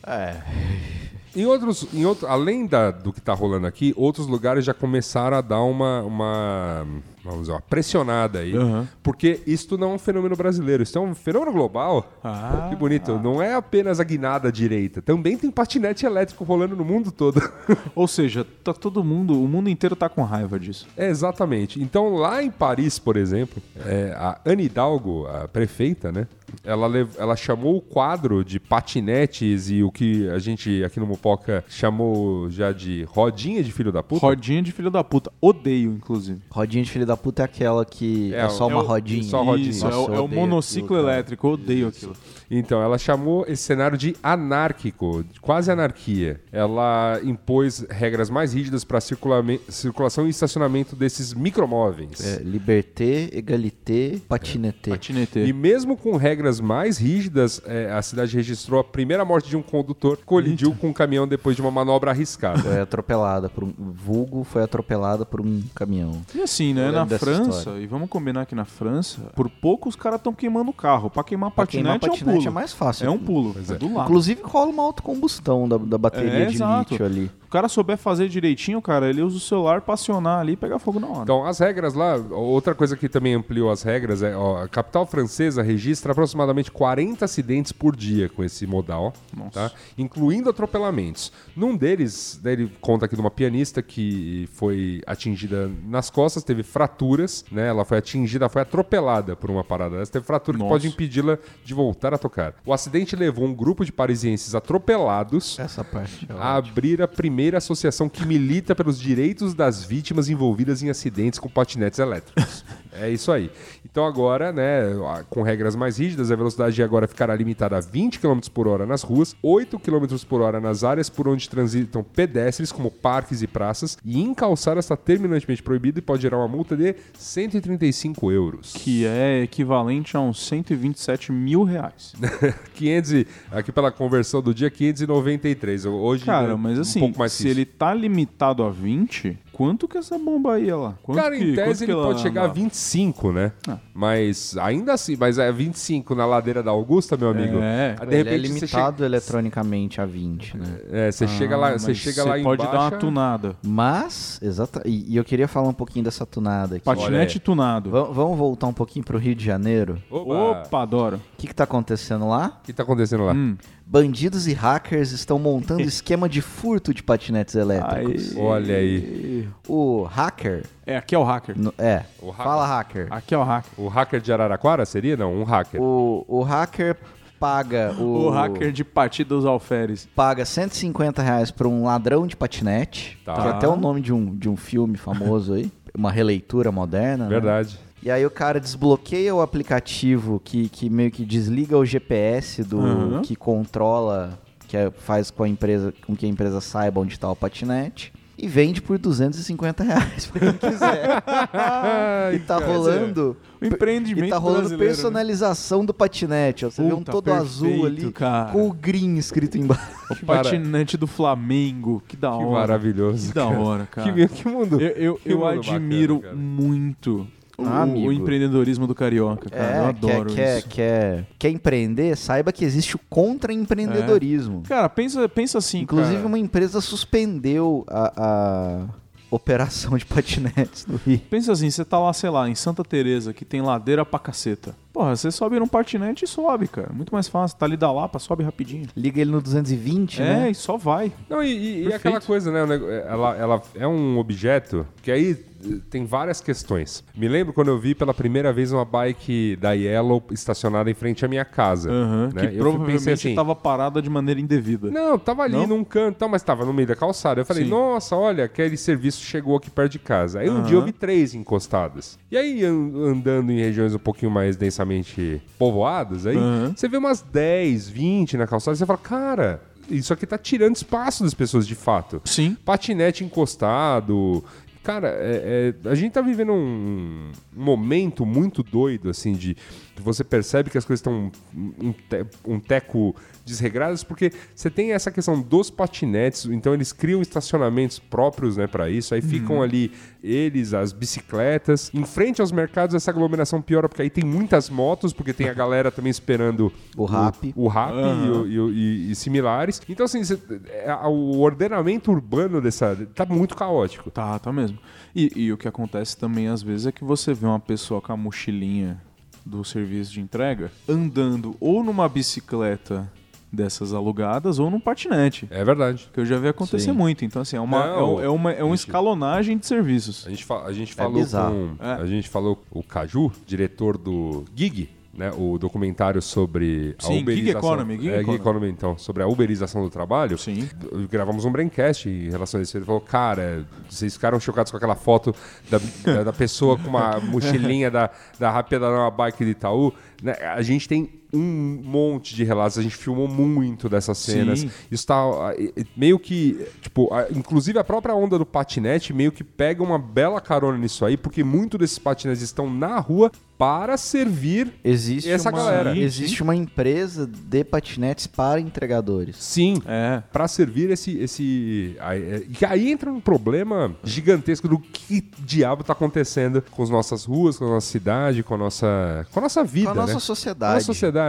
Em outros, em outro, além da- do que tá rolando aqui, outros lugares já começaram a dar uma, uma vamos dizer, uma pressionada aí, Aham. porque isso não é um fenômeno brasileiro, isso é um fenômeno global. Ah. que bonito, não é apenas a guinada direita, também tem patinete elétrico rolando no mundo todo. Ou seja, tá todo mundo, o mundo inteiro tá com raiva disso. É, exatamente. Então, lá em Paris, por exemplo, é, a Anne Hidalgo, a prefeita, né? Ela, lev- ela chamou o quadro de patinetes e o que a gente aqui no Mopoca chamou já de rodinha de filho da puta. Rodinha de filho da puta. Odeio, inclusive. Rodinha de filho da puta é aquela que é, É, só é uma o- rodinha. só rodinha. Isso, Nossa, é, o- eu é o odeio monociclo aquilo, cara. elétrico, eu odeio aquilo. Então, ela chamou esse cenário de anárquico, de quase anarquia. Ela impôs regras mais rígidas para circulação e estacionamento desses micromóveis. É, liberté, egalité, patinete. E Patinete. mesmo com regras mais rígidas, é, a cidade registrou a primeira morte de um condutor que colidiu com um caminhão depois de uma manobra arriscada. Foi atropelada por um vulgo, foi atropelada por um caminhão. E assim, né, Eu na lembro dessa França, história. e vamos combinar que na França, por pouco os caras estão queimando o carro. Pra queimar Pra queimar patinete, é um patinete pulo. é mais fácil. É um pulo, é é. do lado. Inclusive rola uma autocombustão da, da bateria É, de exato. lítio ali. O cara souber fazer direitinho, cara, ele usa o celular pra acionar ali e pegar fogo na hora. Então, as regras lá, outra coisa que também ampliou as regras é, ó, a capital francesa registra aproximadamente 40 acidentes por dia com esse modal, Nossa. tá? incluindo atropelamentos. Num deles, daí ele conta aqui de uma pianista que foi atingida nas costas, teve fraturas, né? Ela foi atingida, foi atropelada por uma parada dessa, teve fratura Nossa. que pode impedi-la de voltar a tocar. O acidente levou um grupo de parisienses atropelados Essa parte. É ó. a abrir a primeira associação que milita pelos direitos das vítimas envolvidas em acidentes com patinetes elétricos. é isso aí. Então agora, né, a- com regras mais rígidas, a velocidade agora ficará limitada a 20 km por hora nas ruas, 8 km por hora nas áreas por onde transitam pedestres, como parques e praças, e em calçadas está terminantemente proibido e pode gerar uma multa de 135 euros. Que é equivalente a uns 127 mil reais. 500, e- aqui pela conversão do dia, 593. Hoje, né, Cara, mas um assim, pouco mais se que isso. ele tá limitado a 20, quanto que essa bomba aí, lá? Quanto Cara, que, em quanto que tese ele ela pode chegar a andava? 25, né? Ah. Mas ainda assim, mas é 25 na ladeira da Augusta, meu amigo. É. Aí, de Ele é repente você limitado eletronicamente a 20, né? chega, é, você chega Ah, lá, mas você chega você lá pode embaixo. dar uma tunada. Mas, exata, e, e eu queria falar um pouquinho dessa tunada aqui. Patinete tunado. Va- vamos voltar um pouquinho pro Rio de Janeiro. Opa! Opa, adoro. O que, que tá acontecendo lá? O que tá acontecendo lá? Hum. Bandidos e hackers estão montando esquema de furto de patinetes elétricos. Olha aí. O hacker. É, aqui é o hacker. no- É. O hacker. Fala, hacker. Aqui é o hacker. O hacker de Araraquara seria? Não, um hacker. O, o hacker paga o. O hacker de partida dos alferes. Paga 150 reais pra um ladrão de patinete. Tá. Que é até o nome de um, de um filme famoso aí. Uma releitura moderna. né? Verdade. Ah. E aí o cara desbloqueia o aplicativo que, que meio que desliga o GPS do Uhum. que controla, que é- faz com a empresa, com que a empresa saiba onde está o patinete. E vende por 250 reais pra quem quiser. e tá cara, é um rolando. O empreendimento E tá rolando né? brasileiro, personalização do patinete. Ó. Você vê um Puta, todo azul perfeito, ali cara. com o green escrito embaixo. O patinete do Flamengo. Que da Que hora. maravilhoso. Que da cara. hora, cara. Que, que mundo. Eu, eu, que eu mundo admiro bacana, cara. muito o, Ah, amigo. o empreendedorismo do carioca, cara. eu É, quer, adoro quer, isso. quer, quer empreender, saiba que existe o contra-empreendedorismo. Cara, pensa, pensa assim, Inclusive, É. cara. uma empresa suspendeu a, a operação de patinetes no Rio. Pensa assim, você tá lá, sei lá, em Santa Teresa, que tem ladeira pra caceta. Porra, você sobe num patinete e sobe, cara. Muito mais fácil. Tá ali da Lapa, sobe rapidinho. Liga ele no 220, É, né? e só vai. Não, e- e, e Perfeito. aquela coisa, né? o nego- Ela, ela é um objeto que aí eh, tem várias questões. Me lembro quando eu vi pela primeira vez uma bike da Yellow estacionada em frente à minha casa. Aham, né? Que Eu fui- provavelmente tava parada de maneira indevida. Não, tava ali Não? num canto, e tal, mas tava no meio da calçada. Eu falei, Sim. nossa, olha, aquele serviço chegou aqui perto de casa. Aí um Aham. dia eu vi três encostadas. E aí, an- andando em regiões um pouquinho mais densamente povoadas, aí Aham. você vê umas 10, 20 na calçada e você fala, cara, isso aqui tá tirando espaço das pessoas de fato. Sim. Patinete encostado. Cara, é- é- a gente tá vivendo um um momento muito doido, assim, de de você percebe que as coisas estão um, um te- um teco desregradas, porque você tem essa questão dos patinetes, então eles criam estacionamentos próprios, né, para isso, aí ficam ali eles, as bicicletas. Em frente aos mercados, essa aglomeração piora, porque aí tem muitas motos, porque tem a galera também esperando O rap. o rap e o- e, o- e- e similares. Então, assim, cê- é, a- o ordenamento urbano dessa. tá muito caótico. Tá, tá mesmo. E, e o que acontece também às vezes é que você vê uma pessoa com a mochilinha do serviço de entrega andando ou numa bicicleta dessas alugadas ou num patinete. É verdade. Que eu já vi acontecer Sim. muito. Então, assim, é uma, é, Não, um- é uma, é uma gente. escalonagem de serviços. A gente, fa- a gente falou bizarro. com. É. A gente falou com o Caju, diretor do Gig. Né, o documentário sobre a Sim, Gig uberização... Economy, Gig é, Gig Economy. Economy, então. Sobre a uberização do trabalho. Sim. Gravamos um braincast em relação a isso. Ele falou, cara, vocês ficaram chocados com aquela foto da, da, da pessoa com uma mochilinha da, da rápida da nova bike de Itaú. Né, a gente tem um monte de relatos. A gente filmou muito dessas cenas. Sim. Isso tá ah, e- e- meio que, tipo, a- inclusive a própria onda do patinete meio que pega uma bela carona nisso aí, porque muito desses patinetes estão na rua para servir. Existe, Essa uma, galera. existe uma empresa de patinetes para entregadores. Sim. É. Para servir esse. esse aí, é, e aí entra um problema gigantesco do que diabo tá acontecendo com as nossas ruas, com a nossa cidade, com a nossa, com a nossa vida. Com a nossa né? sociedade. Na sociedade.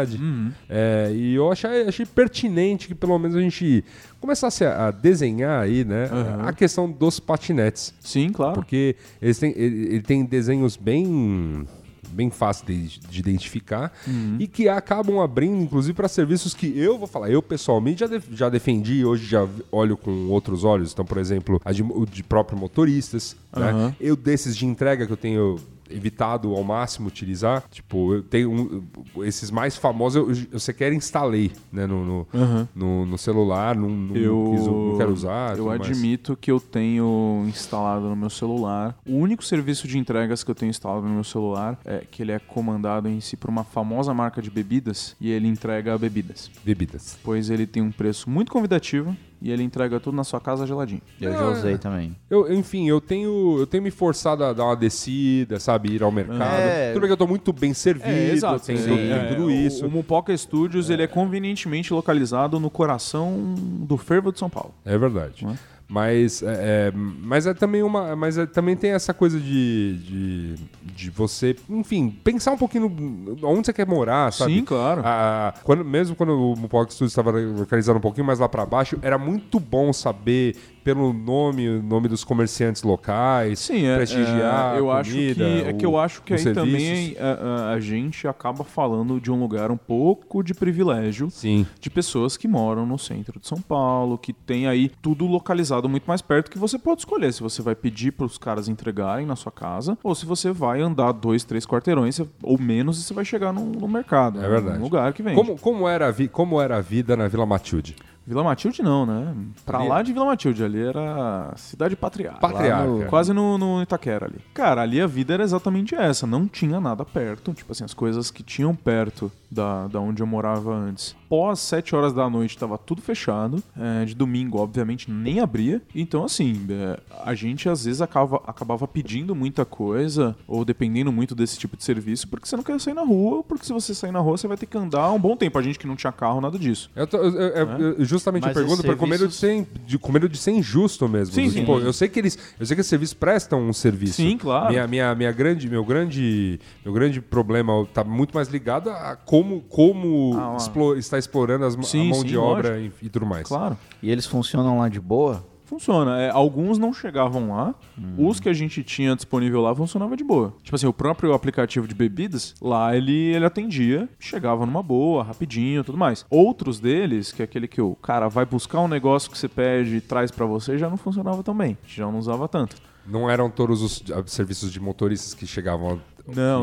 É, e eu achei, achei pertinente que pelo menos a gente começasse a, a desenhar aí, né, a questão dos patinetes. Sim, claro. Porque eles têm, ele, ele tem desenhos bem bem fáceis de, de identificar Uhum. e que acabam abrindo, inclusive, para serviços que eu vou falar, eu pessoalmente já, def- já defendi e hoje já vi- olho com outros olhos. Então, por exemplo, a de, o de próprio motoristas, né? Aham. Eu desses de entrega que eu tenho evitado ao máximo utilizar, tipo, eu tenho um- esses mais famosos eu, eu sequer instalei, né, no, no, no- no celular, não, não, Eu, quis- não quero usar. eu tudo mais. admito que eu tenho instalado no meu celular. O único serviço de entregas que eu tenho instalado no meu celular é que ele é comandado em si por uma famosa marca de bebidas e ele entrega bebidas. Bebidas. Pois ele tem um preço muito convidativo e ele entrega tudo na sua casa geladinho. Eu já usei também. Eu- enfim, eu tenho, eu tenho me forçado a dar uma descida, sabe? Ir ao mercado. É. Tudo bem que eu tô muito bem servido, tem, É, Sim, tem é, tudo o- isso. O Mupoca Studios ele é convenientemente localizado no coração do fervo de São Paulo. É verdade. Não é? Mas é, é, mas é também uma. Mas é- também tem essa coisa de, de, de você, enfim, pensar um pouquinho no- onde você quer morar, sabe? Sim, claro. Ah, quando- mesmo quando o Mupoc Studios estava localizado um pouquinho mais lá para baixo, era muito bom saber pelo nome, o nome dos comerciantes locais, Sim, é. prestigiar. é, eu a acho comida, que é que eu o- acho que aí os serviços. também é, a, a- a gente acaba falando de um lugar um pouco de privilégio Sim. de pessoas que moram no centro de São Paulo, que tem aí tudo localizado muito mais perto que você pode escolher se você vai pedir para os caras entregarem na sua casa ou se você vai andar dois, três quarteirões você- ou menos e você vai chegar num, num mercado, né, É verdade. num lugar que vende. Como, como, era a vi- como era a vida na Vila Matilde? Vila Matilde não, né? Pra Ali- lá de Vila Matilde, ali era cidade patriarca. Patriarca. Lá no- Quase no, no Itaquera ali. Cara, ali a vida era exatamente essa, não tinha nada perto. Tipo assim, as coisas que tinham perto da, da onde eu morava antes. Pós 7 horas da noite tava tudo fechado. é, de domingo, obviamente, nem abria. Então, assim, é, a gente às vezes acaba, acabava pedindo muita coisa, ou dependendo muito desse tipo de serviço, porque você não quer sair na rua, porque se você sair na rua, você vai ter que andar um bom tempo. A gente que não tinha carro, nada disso. Eu tô- eu- eu- eu- eu- justamente eu Mas pergunto esses por com medo de serviços- ser, in- de, com medo de ser injusto mesmo. Sim, Do sim. tipo, eu sei que eles, eu sei que os serviços prestam um serviço. Sim, claro. Minha, minha, minha grande, meu grande, meu grande problema tá muito mais ligado a como como Ah, ó. explo- está explorando as, ma- Sim, a mão sim, de obra e, e tudo mais. Claro. E eles funcionam lá de boa? Funciona. É, alguns não chegavam lá. Os que a gente tinha disponível lá funcionava de boa. Tipo assim, o próprio aplicativo de bebidas, lá ele, ele atendia, chegava numa boa, rapidinho e tudo mais. Outros deles, que é aquele que o cara vai buscar um negócio que você pede e traz pra você, já não funcionava tão bem. Já não usava tanto. Não eram todos os ah, serviços de motoristas que chegavam. a- Não,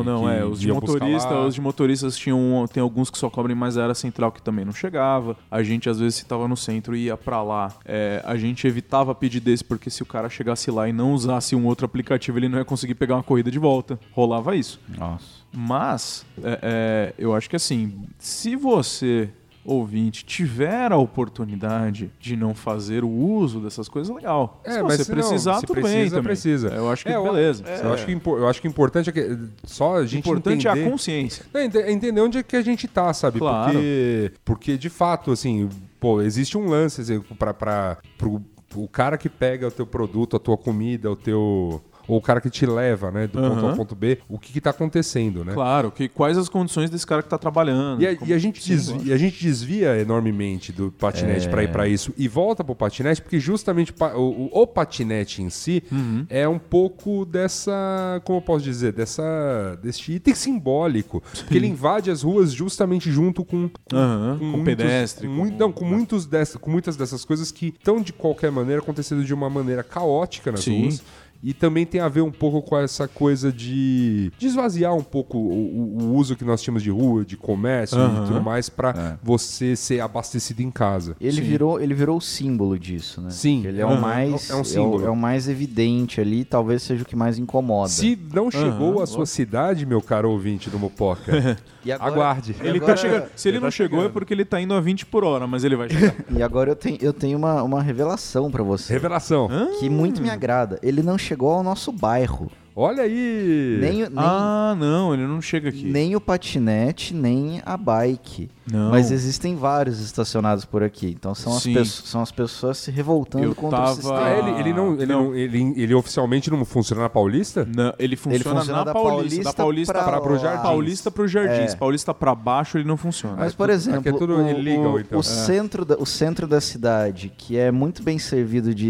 Então, que- não, que é. Os de iam buscar motorista, lá. os de motoristas tinham. um, Tem alguns que só cobrem mais a área central que também não chegava. A gente, às vezes, se tava no centro e ia pra lá. É, a gente evitava pedir desse, porque se o cara chegasse lá e não usasse um outro aplicativo, ele não ia conseguir pegar uma corrida de volta. Rolava isso. Nossa. Mas, é, é, eu acho que assim, se você, ouvinte, tiver a oportunidade de não fazer o uso dessas coisas, legal. se você não, precisar, É, se tudo bem precisa, também. Precisa. Eu acho que É, beleza. é, Eu, acho que, impo- eu acho que o importante é que eh, só a o gente importante é entender... a consciência. É, ente- é entender onde é que a gente tá, sabe? Claro. Porque, porque de fato, assim, pô, existe um lance assim, pra, pra, pro, o cara que pega o teu produto, a tua comida, o teu. Ou o cara que te leva, né? Do ponto A Aham. ao ponto B, o que, que tá acontecendo, né? Claro, que quais as condições desse cara que tá trabalhando. E a, como- e a gente Sim, desvia, e a gente desvia enormemente do patinete pra ir pra isso e volta pro patinete porque justamente o pa- o, o- o patinete em si é um pouco dessa, como eu posso dizer, dessa desse item simbólico porque ele invade as ruas justamente junto com com, Aham, com um pedestre, com, com- muito- não, com muitos dessa, com muitas dessas coisas que estão de qualquer maneira acontecendo de uma maneira caótica nas Sim. ruas. E também tem a ver um pouco com essa coisa de, de esvaziar um pouco o, o- o uso que nós tínhamos de rua, de comércio Aham. e tudo mais pra você ser abastecido em casa. Ele virou, ele virou o símbolo disso, né? Sim. Ele é o Aham. mais É um é o- símbolo. É, o, mais evidente ali, talvez seja o que mais incomoda. Se não chegou à sua cidade, meu caro ouvinte do Mopoca, E agora- aguarde. e Ele agora- tá chegando. Se ele, Ele não tá chegou é chegando. porque ele tá indo a 20 por hora, mas ele vai chegar. E agora eu tenho, eu tenho uma, uma revelação pra você. Revelação. Que muito me agrada. Ele não chegou ao nosso bairro. Olha aí. Nem, o- nem, ah, não, ele não chega aqui. nem o patinete, nem a bike. Não. Mas existem vários estacionados por aqui. Então são as, Sim. pesso- são as pessoas se revoltando Eu contra tava- o sistema. Ah, ele, ele não, ele, Não. não- ele, ele oficialmente não funciona na Paulista? Não, ele funciona, funciona na da Paulista, da Paulista Paulista pra pra, lá. pro Jardins. Paulista pro Jardins, Paulista pra baixo ele não funciona. Mas, é por tudo- exemplo, aqui é tudo o, illegal, o- então. o É. centro da, o centro da cidade, que é muito bem servido de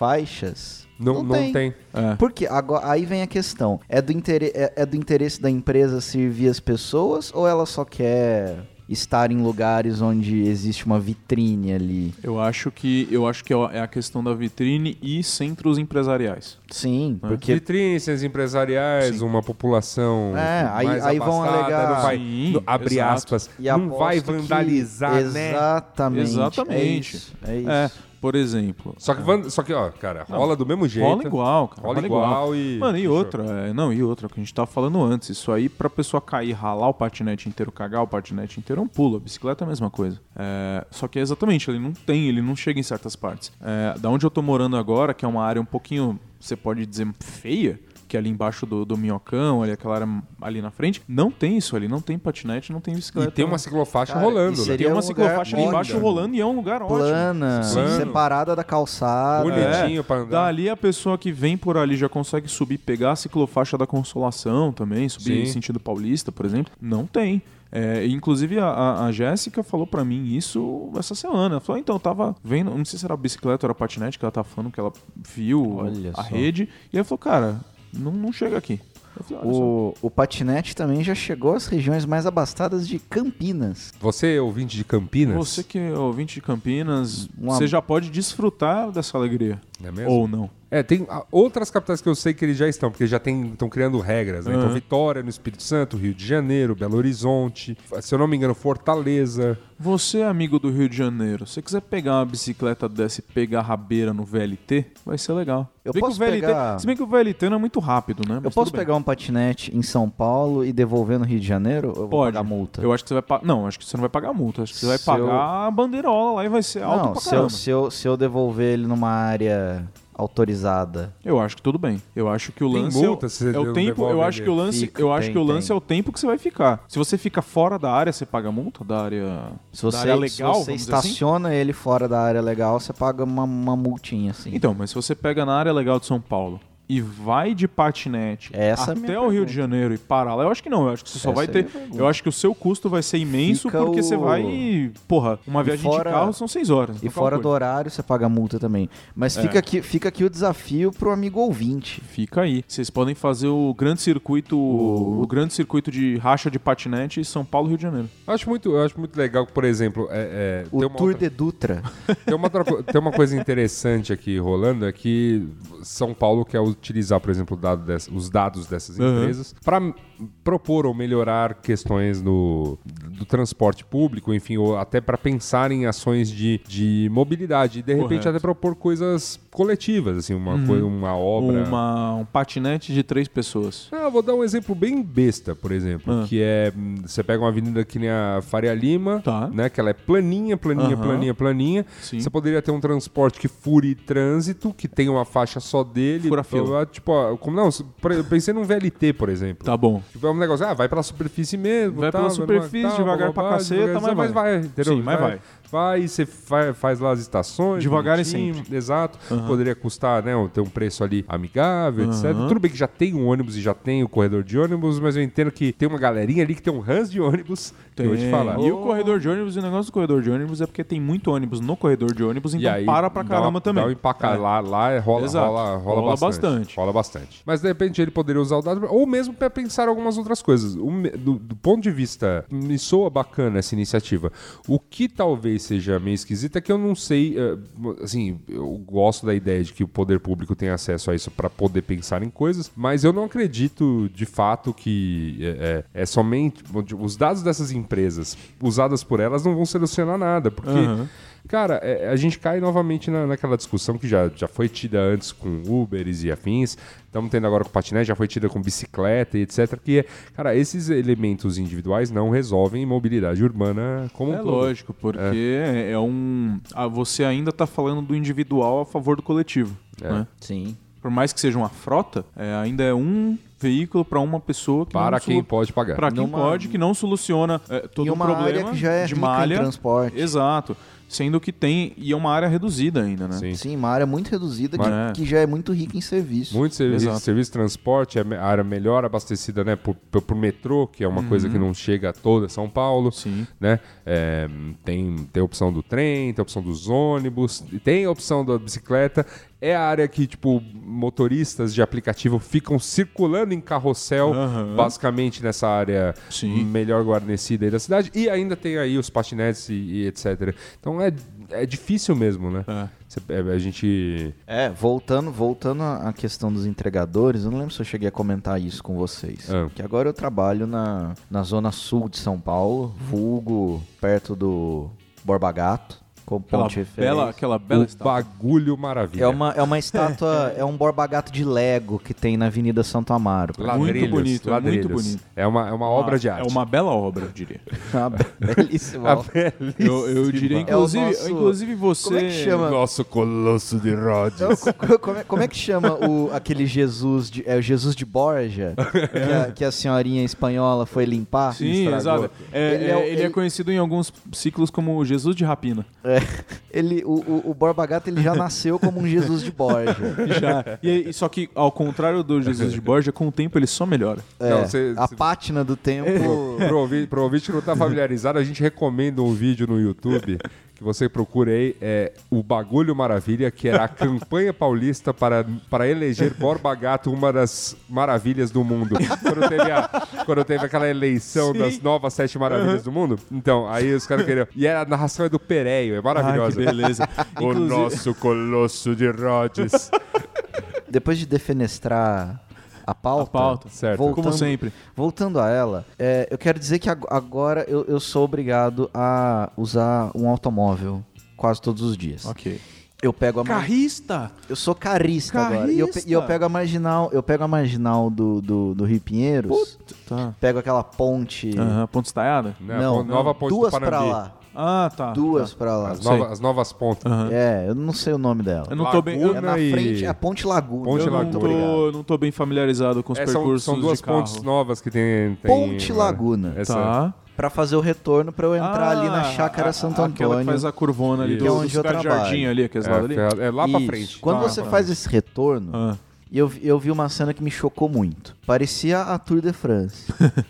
ciclofaixas, Não, não tem. É. Porque agora, aí vem a questão. É do, intere- é- é do interesse da empresa servir as pessoas ou ela só quer estar em lugares onde existe uma vitrine ali? Eu acho que eu acho que é a questão da vitrine e centros empresariais. Sim, porque. Vitrines empresariais, uma população É, aí- mais aí vão abastada, alegar- não vai, Sim, no- abre exato. aspas, e não aposto vai que- vandalizar, né? Exatamente. É Exatamente. isso. É isso. É, por exemplo. Só que, van- só que, ó, cara, rola do mesmo jeito. Rola igual, cara. Rola Rola igual igual. e- Mano, e fechou. outra. é, não, e outra, o que a gente tava falando antes. Isso aí, pra pessoa cair, ralar o patinete inteiro, cagar o patinete inteiro, é um pulo. A bicicleta é a mesma coisa. É, só que é exatamente, ele não tem, ele não chega em certas partes. É, da onde eu tô morando agora, que é uma área um pouquinho, você pode dizer, feia. Que é ali embaixo do, do minhocão, ali aquela área ali na frente, não tem isso ali, não tem patinete, não tem bicicleta. E tem uma ciclofaixa Cara, rolando. e né? seria- tem uma um ciclofaixa ali lugar embaixo ótimo. rolando e é um lugar ótimo. Plana, Plano. separada da calçada. Bonito. É. Bonitinho pra andar. Dali a pessoa que vem por ali já consegue subir, pegar a ciclofaixa da Consolação também, subir Sim. em sentido paulista, por exemplo. Não tem. É, inclusive a- a, a Jéssica falou pra mim isso essa semana. Ela falou: "Ah, então, eu tava vendo, não sei se era bicicleta ou era patinete que ela tava falando que ela viu Olha a só. rede. E ela falou: cara, não, não chega aqui. Eu falei, "Olha só." O, o patinete também já chegou às regiões mais abastadas de Campinas. Você, ouvinte de Campinas, Você que é ouvinte de Campinas, Uma- você já pode desfrutar dessa alegria. É mesmo? Ou não. É, tem ah, outras capitais que eu sei que eles já estão, porque já estão criando regras, né? Então, Aham. Vitória, no Espírito Santo, Rio de Janeiro, Belo Horizonte, se eu não me engano, Fortaleza. Você, é amigo do Rio de Janeiro, se você quiser pegar uma bicicleta dessa e pegar a rabeira no VLT, vai ser legal. Eu Se bem que posso o VLT, pegar- Se bem que o VLT não é muito rápido, né? eu posso pegar um patinete em São Paulo e devolver no Rio de Janeiro? Ou eu vou Pode. um pagar multa? Eu acho que você vai pagar. Não, acho que você não vai pagar multa. Acho que você vai Se pagar eu- a bandeirola lá e vai ser É alto Não, pra se eu, caramba. se, eu, se eu devolver ele numa área autorizada. Eu acho que tudo bem. Eu acho que o Tem lance multa é o, se você é o não tempo. devolve Eu acho que o ele. lance, Fica, eu acho tem, que o lance tem. é o tempo que você vai ficar. Se você fica fora da área, você paga multa da área, Se você, da área se legal, você vamos dizer assim. estaciona ele fora da área legal, você paga uma, uma multinha, assim. Então, mas se você pega na área legal de São Paulo e vai de patinete Essa é a até minha o Rio pergunta. de Janeiro e parar lá, eu acho que não. Eu acho que você só Essa vai é a ter. minha pergunta. Eu acho que o seu custo vai ser imenso Fica porque você o- vai. Porra, uma viagem fora- de carro são seis horas. e então fora do calcule. horário, você paga multa também. É. Mas fica, aqui, fica aqui o desafio pro amigo ouvinte. Fica aí. Vocês podem fazer o grande circuito. O, grande circuito de racha de patinete São Paulo Rio de Janeiro. Eu acho muito, eu acho muito legal, por exemplo, é, é, O tem uma Tour outra- de Dutra. Tem uma, outra co- tem uma coisa interessante aqui rolando, é que São Paulo quer utilizar, por exemplo, o dado dess- os dados dessas Uhum. empresas para propor ou melhorar questões no, do transporte público, enfim, ou até para pensar em ações de, de mobilidade e, de repente, Correto. até propor coisas coletivas, assim, uma, coi- uma obra... Uma, um patinete de três pessoas. Ah, eu vou dar um exemplo bem besta, por exemplo, Ah. que é hum, você pega uma avenida que nem a Faria Lima, Tá. né? Que ela é planinha, planinha, Aham. planinha, planinha. Sim. Você poderia ter um transporte que fure trânsito, que tem uma faixa só dele, Fura a fila. blá, blá, tipo, ó, como não? se- por- Eu pensei num VLT, por exemplo. Tá bom. Tipo, é um negócio, ah, vai pela superfície mesmo. Vai tal, pela blá, blá, superfície, tal, blá, devagar blá, pra blá, caceta, devagar, mas mas vai, vai. entendeu? Sim, mas vai. Vai, você fa- faz lá as estações. Devagar e bonitinho, Exato. Poderia custar, né, um- ter um preço ali amigável, etc. Tudo bem que já tem um ônibus e já tem o corredor de ônibus, mas eu entendo que tem uma galerinha ali que tem um Hans de ônibus, que eu vou te falar. E o corredor de ônibus, e o negócio do corredor de ônibus é porque tem muito ônibus no corredor de ônibus, E então para pra dá- caramba também. Dá um empaca, É. Lá, lá é- rola, Exato. rola, rola, Rola bastante, bastante. Rola bastante. Mas de repente ele poderia usar o dado, ou mesmo para pensar algumas outras coisas. O me- do, do ponto de vista, me soa bacana essa iniciativa. O que talvez seja meio esquisito é que eu não sei. eh, Assim, eu gosto da ideia de que o poder público tem acesso a isso para poder pensar em coisas, mas eu não acredito de fato que eh, eh, é, somente. bom, de- Os dados dessas empresas usadas por elas não vão solucionar nada, porque. Aham. Cara, é, a gente cai novamente na, naquela discussão que já, já foi tida antes com Uberes e afins, estamos tendo agora com patinete, já foi tida com bicicleta e etc. Que, é, cara, esses elementos individuais não resolvem mobilidade urbana como É um todo. lógico, porque é, é um. ah, você ainda tá falando do individual a favor do coletivo. É. Né? Sim. Por mais que seja uma frota, é, ainda é um veículo para uma pessoa que Para não quem pode pagar. Para quem Numa- pode, que não soluciona é, todo E o uma problema área que já é de rica em malha. transporte. Exato. Sendo que tem. E é uma área reduzida ainda, né? Sim. Sim, uma área muito reduzida de- Mas- que já é muito rica em serviço. Muito serviço, Exato. serviço de transporte, é me- a área melhor abastecida né, por, por, por metrô, que é uma coisa que não chega a toda São Paulo. Uhum. Sim. Né? É, tem, tem a opção do trem, tem a opção dos ônibus, e tem a opção da bicicleta. É a área que, tipo, motoristas de aplicativo ficam circulando em carrossel, Aham. basicamente nessa área Sim. melhor guarnecida aí da cidade. E ainda tem aí os patinetes e, e etc. Então é, é difícil mesmo, né? É. Cê- é, a gente É, voltando, voltando à à questão dos entregadores, eu não lembro se eu cheguei a comentar isso com vocês. Ah. Que agora eu trabalho na, na zona sul de São Paulo, vulgo perto do Borba Gato, com Aquela ponte de referência. bela, aquela bela o bagulho maravilha. É uma, é uma estátua, é um Borba Gato de Lego que tem na Avenida Santo Amaro. Ladrilhos, Muito bonito, é ladrilhos. muito bonito. É uma, é uma obra de arte. É uma bela obra, eu diria. Uma belíssima. obra. Eu, eu diria, É o inclusive, nosso- inclusive você. Como é que chama? Nosso colosso de Rhodes. Não, co- co- como, é, como é que chama o, aquele Jesus de, é o Jesus de Borja que a, que a senhorinha espanhola foi limpar? Sim, Estragou. exato. É, Ele é- é o- ele é ele- conhecido em alguns ciclos como Jesus de Rapina. É, ele, o, o, o Borba Gato ele já nasceu como um Jesus de Borja. Já. E aí- só que, ao contrário do Jesus de Borja, com o tempo ele só melhora. É, Não, cê- a cê- pátina do tempo. Pro ouvi- pro ouvinte que não tá familiarizado, a gente recomenda um vídeo no YouTube que você procure aí, é O Bagulho Maravilha, que era a campanha paulista para, para eleger Borba Gato uma das maravilhas do mundo. Quando teve, a- quando teve aquela eleição das novas sete maravilhas do mundo. Então, aí os caras queriam... E a narração é do Pereio, é maravilhosa. Ah, que beleza. O Inclusive- nosso colosso de Rhodes. Depois de defenestrar a pauta, pauta, certo. Como sempre. Voltando a ela, é, eu quero dizer que ag- agora eu, eu sou obrigado a usar um automóvel quase todos os dias. Ok. Eu pego a mar- Carrista! Eu sou carista, agora. E eu, pe- e eu Carrista. pego a marginal, eu pego a marginal do, do, do Rio Pinheiros, Tá. pego aquela ponte. Aham, ponte estaiada? Né? Não, A nova ponte do duas pra Parambi. lá. Ah, tá. Duas pra lá. As, nova- as novas pontas. Aham. É, eu não sei o nome dela. né? Eu não tô bem. eu- É na e- frente, é a Ponte Laguna. Ponte eu não Laguna. tô, não tô bem familiarizado com os É, são, percursos são duas de carro. pontes novas que tem. tem Ponte agora. Laguna. Essa- é, Tá. Pra fazer o retorno pra eu entrar ali na Ah, Chácara a- Santo Aquela que Antônio. faz a curvona ali Isso. do, Que é onde do eu Cidade trabalho. Jardim ali, aqueles lados É, ali. ferra- é lá pra Isso. frente. Quando Lá você pra faz esse retorno, tá. Ah, e eu, vi- eu vi uma cena que me chocou muito. Parecia a Tour de France,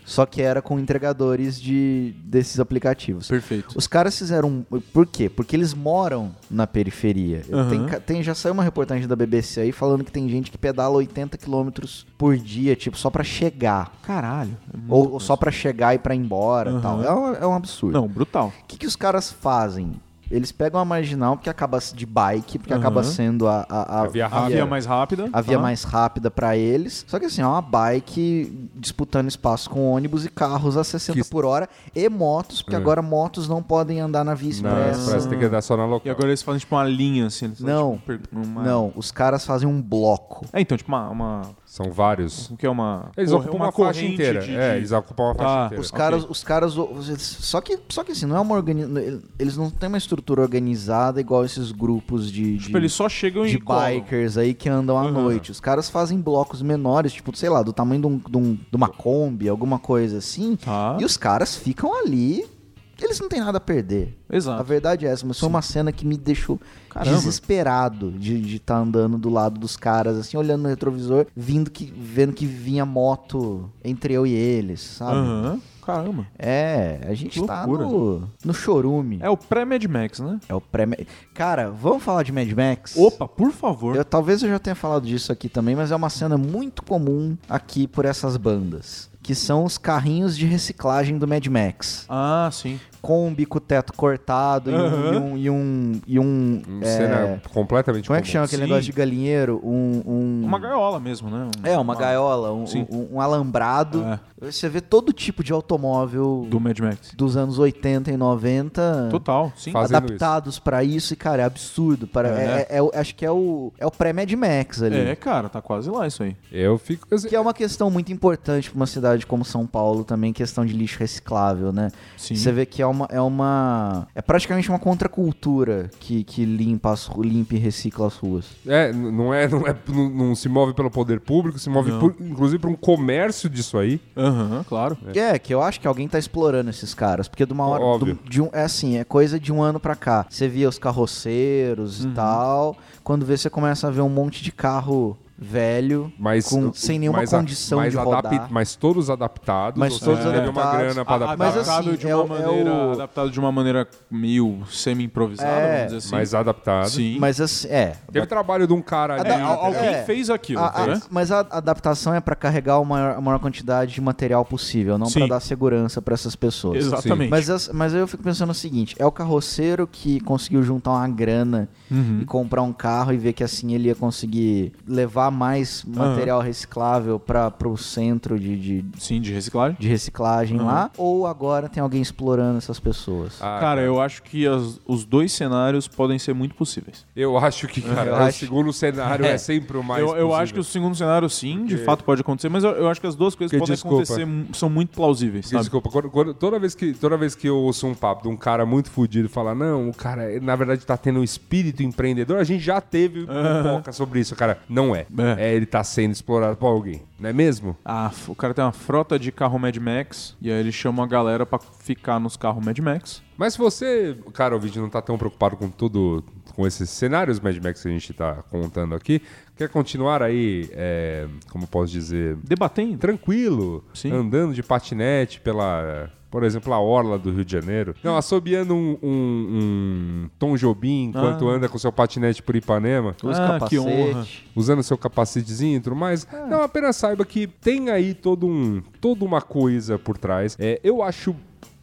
só que era com entregadores de desses aplicativos. perfeito. Os caras fizeram. um- Por quê? Porque eles moram na periferia. Eu- Aham. tem ca- tem- já saiu uma reportagem da BBC aí falando que tem gente que pedala 80 quilômetros por dia, tipo, só pra chegar. Caralho. é muito Ou, ou grosso. só pra chegar e pra ir embora Aham. e tal. É um, é um absurdo. Não, brutal. O que, que os caras fazem? Eles pegam a marginal, porque acaba de bike, porque Aham. acaba sendo a, a, A via A via mais rápida. a via tá? mais rápida pra eles. Só que assim, é uma bike disputando espaço com ônibus e carros a 60 Que- por hora e motos, porque É. agora motos não podem andar na via Na expressa. expressa tem que andar só na local. E agora eles fazem tipo uma linha, assim. eles fazem, Não. tipo, per- uma- Não, os caras fazem um bloco. É, então, tipo, uma. uma São vários. o que é uma. Eles corre- ocupam uma, faixa corrente inteira. de- É, de- eles ocupam uma Tá. faixa inteira. Os caras, os caras, os- só que, só que assim, não é uma organi... eles não têm uma estrutura organizada igual esses grupos de, Tipo, de- eles só chegam de e colam. bikers aí que andam à Aham. noite. Os caras fazem blocos menores, tipo, sei lá, do tamanho de, um- de um- de uma Kombi, alguma coisa assim. Tá. E os caras ficam ali. Eles não têm nada a perder. A Exato. verdade é essa, mas foi uma cena que me deixou Caramba. desesperado de estar andando do lado dos caras, assim, olhando no retrovisor, vindo que, vendo que vinha moto entre eu e eles, sabe? Aham. Caramba. É, a gente tá Loucura. no, no chorume. É o pré-Mad Max, né? É o pré Cara, vamos falar de Mad Max? Opa, por favor. Eu, talvez eu já tenha falado disso aqui também, mas é uma cena muito comum aqui por essas bandas. Que são os carrinhos de reciclagem do Mad Max. Ah, sim. Kombi com o teto cortado e um. E um, e um, e um, Uma é, Cena completamente Como é que comum. chama aquele Sim. negócio de galinheiro? Um. um- Uma gaiola mesmo, né? Um- É, uma gaiola, um, Sim. um- um alambrado. É. Você vê todo tipo de automóvel Do Mad Max. dos anos 80 e 90 Total, sim. Faz- fazendo adaptados pra isso. E, cara, é absurdo. Para, É. é- é o- acho que é o, é o pré-Mad Max ali. É, cara, tá quase lá isso aí. Eu fico. Que é uma questão muito importante para uma cidade como São Paulo também, questão de lixo reciclável, né? Sim. Você vê que é uma, é uma. É praticamente uma contracultura que, que limpa, as, ru- limpa e recicla as ruas. É, n- não é, não é, não, não se move pelo poder público, se move por- inclusive por um comércio disso aí. Aham, claro. É, que eu acho que alguém tá explorando esses caras. Porque de uma hora. Óbvio. do- de um, é assim, é coisa de um ano pra cá. Você via os carroceiros Uhum. e tal. Quando vê, você começa a ver um monte de carro velho, Mas, com- sem nenhuma mas a- condição mas de adap- rodar. Mas todos adaptados. Mas ou seja, todos teve uma adaptados. grana pra adaptar. mas Mas assim, adaptado de é uma o- é maneira, o- adaptado de uma maneira meio semi-improvisada, É, vamos dizer assim. Mas adaptado. sim. Mas assim, é. Teve trabalho de um cara ali. É, al- alguém É. fez aquilo, A- a- né? mas a adaptação é pra carregar o maior- a maior quantidade de material possível, não Sim. pra dar segurança pra essas pessoas. Exatamente. Mas, as- mas eu fico pensando o seguinte: é o carroceiro que conseguiu juntar uma grana Uhum. e comprar um carro e ver que assim ele ia conseguir levar mais Ah. material reciclável para o centro de, de, Sim, de reciclagem. de reciclagem Aham. lá? Ou agora tem alguém explorando essas pessoas? Ah, Cara, eu acho que as- os dois cenários podem ser muito possíveis. eu acho que, cara, é Eu o acho- segundo cenário é, sempre o mais. eu, eu acho possível. que o segundo cenário, sim, de fato pode acontecer, mas eu, eu acho que as duas coisas Porque, podem desculpa. acontecer, mu- são muito plausíveis, sabe? Desculpa, quando- quando- toda, vez que, toda vez que eu ouço um papo de um cara muito fudido falar, não, o cara eh, na verdade tá tendo um espírito empreendedor, a gente já teve foca sobre isso, cara. Não é. É. É, ele tá sendo explorado por alguém, não é mesmo? Ah, f- o cara tem uma frota de carro Mad Max, e aí ele chama a galera pra ficar nos carros Mad Max. Mas se você, cara, o vídeo não tá tão preocupado com tudo, com esses cenários Mad Max que a gente tá contando aqui, quer continuar aí, eh, como posso dizer, Debatendo. tranquilo, Sim. andando de patinete pela, por exemplo, a orla do Rio de Janeiro. Não, assobiando um, um- um Tom Jobim enquanto anda com seu patinete por Ipanema. Os Ah, que capacetes. honra. Usando seu capacetezinho e tudo mais. então Não, apenas saiba que tem aí todo um, toda uma coisa por trás. É, eu acho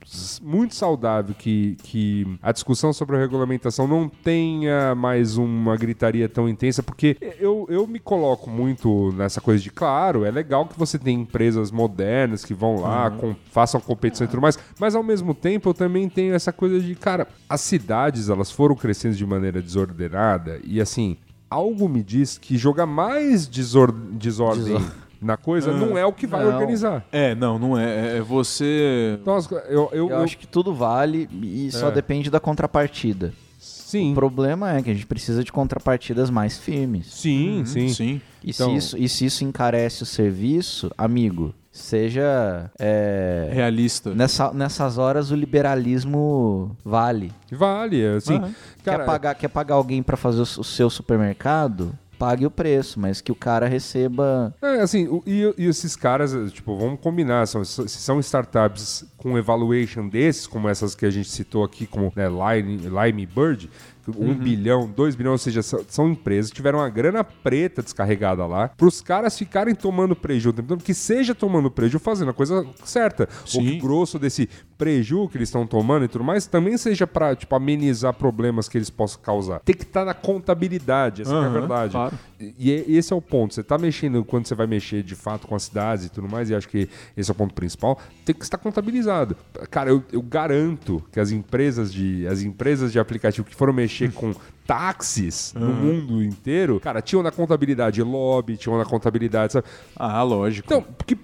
s- muito saudável que, que a discussão sobre a regulamentação não tenha mais uma gritaria tão intensa, porque eu, eu me coloco muito nessa coisa de, claro, é legal que você tem empresas modernas que vão lá, com- façam competição e tudo mais, mas ao mesmo tempo eu também tenho essa coisa de, cara, as cidades elas foram crescendo de maneira desordenada e assim. Algo me diz que jogar mais desor- desordem na coisa não é o que vai Não. organizar. É, não, não é. É você. Então, as co- eu, eu, Eu acho que tudo vale e É. só depende da contrapartida. Sim. O problema é que a gente precisa de contrapartidas mais firmes. Sim, sim. Uhum, Sim. E, Então- se, isso, e se isso encarece o serviço, amigo, seja. é, Realista. nessa- nessas horas o liberalismo vale. Vale, assim. Aham. Cara, quer, pagar, quer pagar alguém pra fazer o, s- o seu supermercado? Pague o preço, mas que o cara receba. É, assim, o- e, e esses caras, eh, tipo, vamos combinar, são, se são startups com evaluation desses, como essas que a gente citou aqui, como né, Lime, Lime Bird, um bilhão, dois bilhões, ou seja, são, são empresas que tiveram uma grana preta descarregada lá, pros caras ficarem tomando preju, o tempo todo, que seja tomando preju, fazendo a coisa certa. O Sim. grosso desse preju que eles estão tomando e tudo mais, também seja pra, tipo, amenizar problemas que eles possam causar. Tem que estar na contabilidade, essa que é a Aham, verdade. claro. E e esse é o ponto. Você tá mexendo quando você vai mexer de fato com as cidades e tudo mais, e acho que esse é o ponto principal, tem que estar contabilizado. Cara, eu, eu garanto que as empresas de as empresas de aplicativo que foram mexer com táxis no mundo inteiro, cara, tinham na contabilidade lobby, tinham na contabilidade, sabe? Ah, lógico. Então, porque,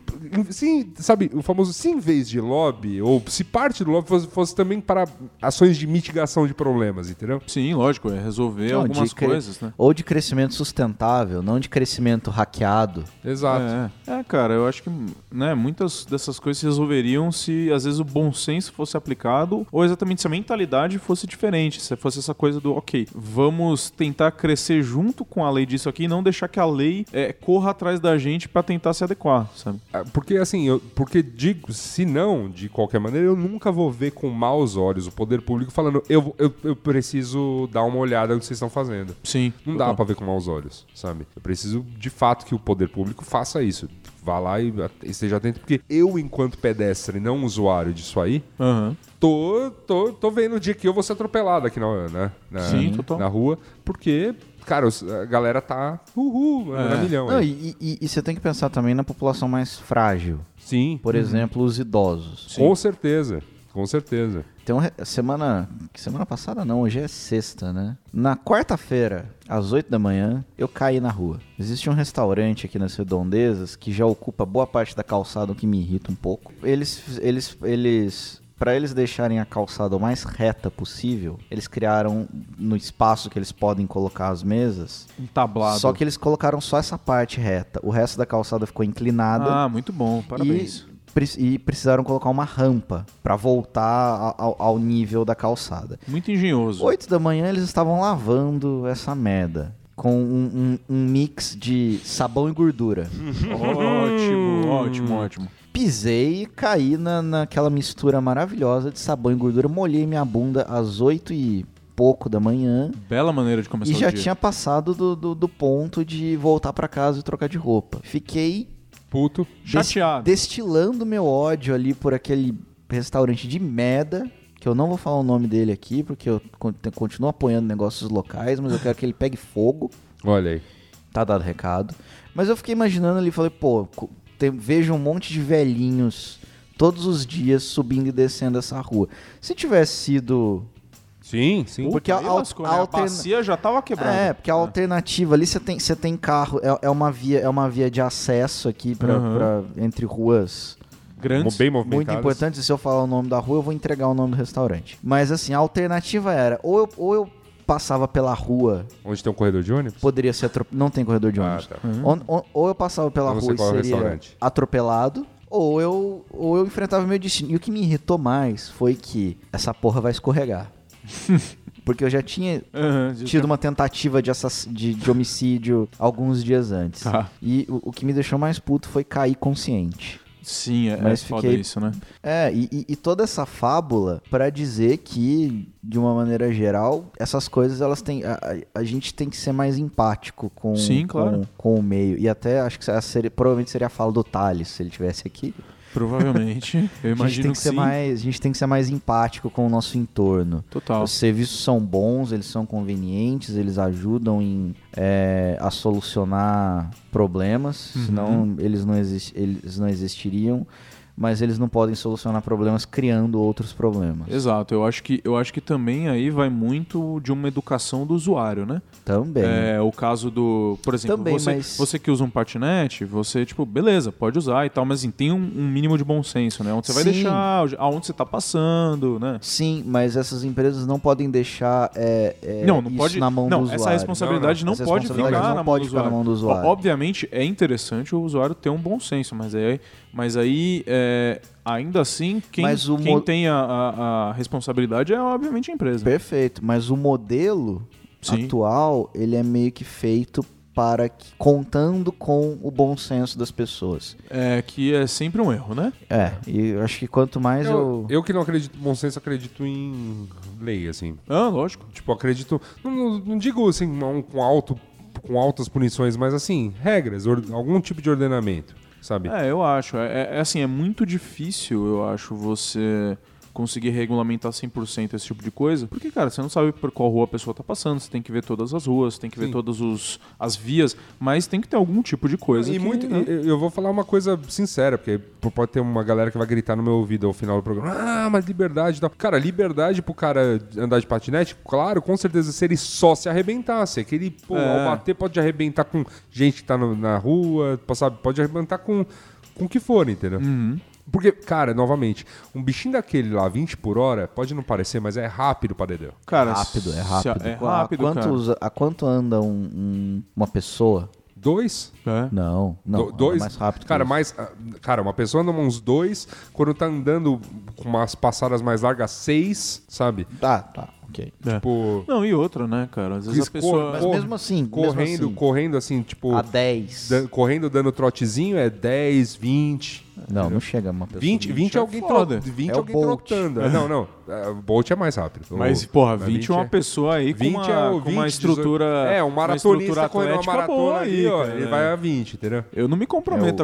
sim, sabe, o famoso se em vez de lobby, ou se parte do lobby fosse, fosse também para ações de mitigação de problemas, entendeu? Sim, lógico, é resolver Não, de algumas cre- coisas, né? Ou de crescimento sustentável, não de crescimento hackeado. Exato. É, é, cara, eu acho que né, muitas dessas coisas se resolveriam se às vezes o bom senso fosse aplicado ou exatamente se a mentalidade fosse diferente, se fosse essa coisa do, ok, vamos tentar crescer junto com a lei disso aqui e não deixar que a lei é, corra atrás da gente pra tentar se adequar, sabe? Ah, Porque assim, eu- porque digo, se não, de qualquer maneira, eu nunca vou ver com maus olhos o poder público falando, eu, eu, eu preciso dar uma olhada no que vocês estão fazendo. Sim. Não dá pra ver com maus olhos, sabe? Eu preciso de fato que o poder público faça isso. Vá lá e at- esteja atento, porque eu, enquanto pedestre, não usuário disso aí, Aham. tô, tô, tô vendo o dia que eu vou ser atropelado aqui na, né? na, Sim, total. na rua, porque, cara, os- a galera tá, uhul, mano, É. milhão. Não, aí. e, e- e você tem que pensar também na população mais frágil. Sim, Por exemplo, os idosos. com certeza, com certeza. Então, re- semana. Semana passada não, hoje é sexta, né? Na quarta-feira, às 8 da manhã, eu caí na rua. Existe um restaurante aqui nas redondezas que já ocupa boa parte da calçada, o que me irrita um pouco. Eles. eles, eles para eles deixarem a calçada o mais reta possível, eles criaram no espaço que eles podem colocar as mesas. Um tablado. Só que eles colocaram só essa parte reta. O resto da calçada ficou inclinada. Ah, muito bom, parabéns. E, pre- e precisaram colocar uma rampa pra voltar a- ao, ao nível da calçada. Muito engenhoso. 8 da manhã eles estavam lavando essa merda. Com um, um- um mix de sabão e gordura. Ótimo, ótimo, ótimo. Pisei e caí na, naquela mistura maravilhosa de sabão e gordura. Molhei minha bunda às 8 e pouco da manhã. Bela maneira de começar e o já dia. tinha um, passado do, do- do ponto de voltar pra casa e trocar de roupa. Fiquei Puto. des- Chateado. destilando meu ódio ali por aquele restaurante de merda, que eu não vou falar o nome dele aqui, porque eu con- te- continuo apoiando negócios locais, mas eu quero que ele pegue fogo. Olha aí. Tá dado recado. Mas eu fiquei imaginando ali, falei, pô, co- tem- vejo um monte de velhinhos todos os dias subindo e descendo essa rua. Se tivesse sido Sim, sim. Porque a- aí a- lascou, né? a a alterna- bacia já tava quebrada. É, porque a alternativa ali você tem, você tem carro, é, é uma via, é uma via de acesso aqui pra, Aham. pra- entre ruas Grandes. Bem muito movimentadas. importantes. E se eu falar o nome da rua, eu vou entregar o nome do restaurante. Mas assim, a alternativa era ou eu, ou eu passava pela rua, Onde tem um corredor de ônibus? poderia ser atropelado. Não tem corredor de ônibus. tá. On- on- ou eu passava pela Eu não sei rua e qual é o seria restaurante. atropelado. Ou eu, ou eu enfrentava meu destino. E o que me irritou mais foi que essa porra vai escorregar. Porque eu já tinha Aham, de- tido uma tentativa de, assass- de- de homicídio alguns dias antes. Tá. E o, o que me deixou mais puto foi cair consciente. Sim, é, Mas é foda fiquei- isso, né? É, e, e- e toda essa fábula pra dizer que, de uma maneira geral, essas coisas elas têm. A, a- a gente tem que ser mais empático com, Sim, claro. com, com o meio. E até acho que essa seria- provavelmente seria a fala do Thales se ele tivesse aqui. Provavelmente. A Eu gente, imagino tem que que ser sim. mais, a gente tem que ser mais empático com o nosso entorno. Total. Os serviços são bons, eles são convenientes, eles ajudam em, é, a solucionar problemas, Uhum. senão eles não, exis- eles não existiriam, mas eles não podem solucionar problemas criando outros problemas. Exato. Eu acho, que, eu acho que também aí vai muito de uma educação do usuário, né? Também. É, o caso do. Por exemplo, Também, você, mas- você que usa um patinete, você, tipo, beleza, pode usar e tal, mas assim, tem um, um mínimo de bom senso, né? Onde você vai Sim. deixar, aonde você tá passando, né? Sim, mas essas empresas não podem deixar é, é, não, não isso pode. na mão não, do essa usuário. responsabilidade não, Essa pode responsabilidade ficar, não na, pode mão do ficar na mão do Ó, usuário. Obviamente, é interessante o usuário ter um bom senso, mas aí, mas aí é, ainda assim, quem, Mas o quem mo- tem a, a- a responsabilidade é, obviamente, a empresa. Perfeito, mas o modelo Sim. atual, ele é meio que feito para que, contando com o bom senso das pessoas. É, que é sempre um erro, né? É, e eu acho que quanto mais Eu, eu, eu que não acredito em bom senso, acredito em lei, assim. Ah, lógico. Tipo, acredito. Não, não- não digo assim não com, alto, com altas punições, mas assim, regras, or- algum tipo de ordenamento, sabe? É, eu acho. É, é- é assim, é muito difícil, eu acho, você conseguir regulamentar 100% esse tipo de coisa. Porque, cara, você não sabe por qual rua a pessoa tá passando, você tem que ver todas as ruas, tem que ver todas os, as vias, mas tem que ter algum tipo de coisa. E que, muito, né? e- eu vou falar uma coisa sincera, porque p- pode ter uma galera que vai gritar no meu ouvido ao final do programa. Ah, mas liberdade e tal. Cara, liberdade pro cara andar de patinete, claro, com certeza se ele só se arrebentasse. Aquele, pô, É. ao bater pode arrebentar com gente que tá no- na rua, sabe? Pode arrebentar com com o que for, entendeu? Uhum. Porque, cara, novamente, um bichinho daquele lá, 20 por hora, pode não parecer, mas é rápido pra Dedéu. Cara, rápido, é se- rápido. É rápido, a, quantos, a quanto anda um- um- uma pessoa? Dois? cara. É. Não, não, Do- anda dois, mais rápido. que Cara, isso. mais. ah, Cara, uma pessoa anda uns dois, quando tá andando com umas passadas mais largas, seis, sabe? Tá, tá, ok. Tipo. É, Não, e outra, né, cara? Às vezes a escor- pessoa... Mas cor- mesmo assim, mesmo correndo, assim. correndo assim, tipo. A 10. dan- correndo dando trotezinho é 10, 20. Não, não chega uma pessoa. 20, 20 é alguém, tro... foda. 20 É o alguém Bolt. trotando. Não, não. é, O Bolt é mais rápido. Mas, O- porra, mas 20 é uma é- pessoa aí com 20 uma, é o com uma 20, 18. estrutura... É, um uma maratonista estrutura correndo uma atlética boa maratona ali, ó. cara, Ele é. vai a 20, entendeu? Eu não me comprometo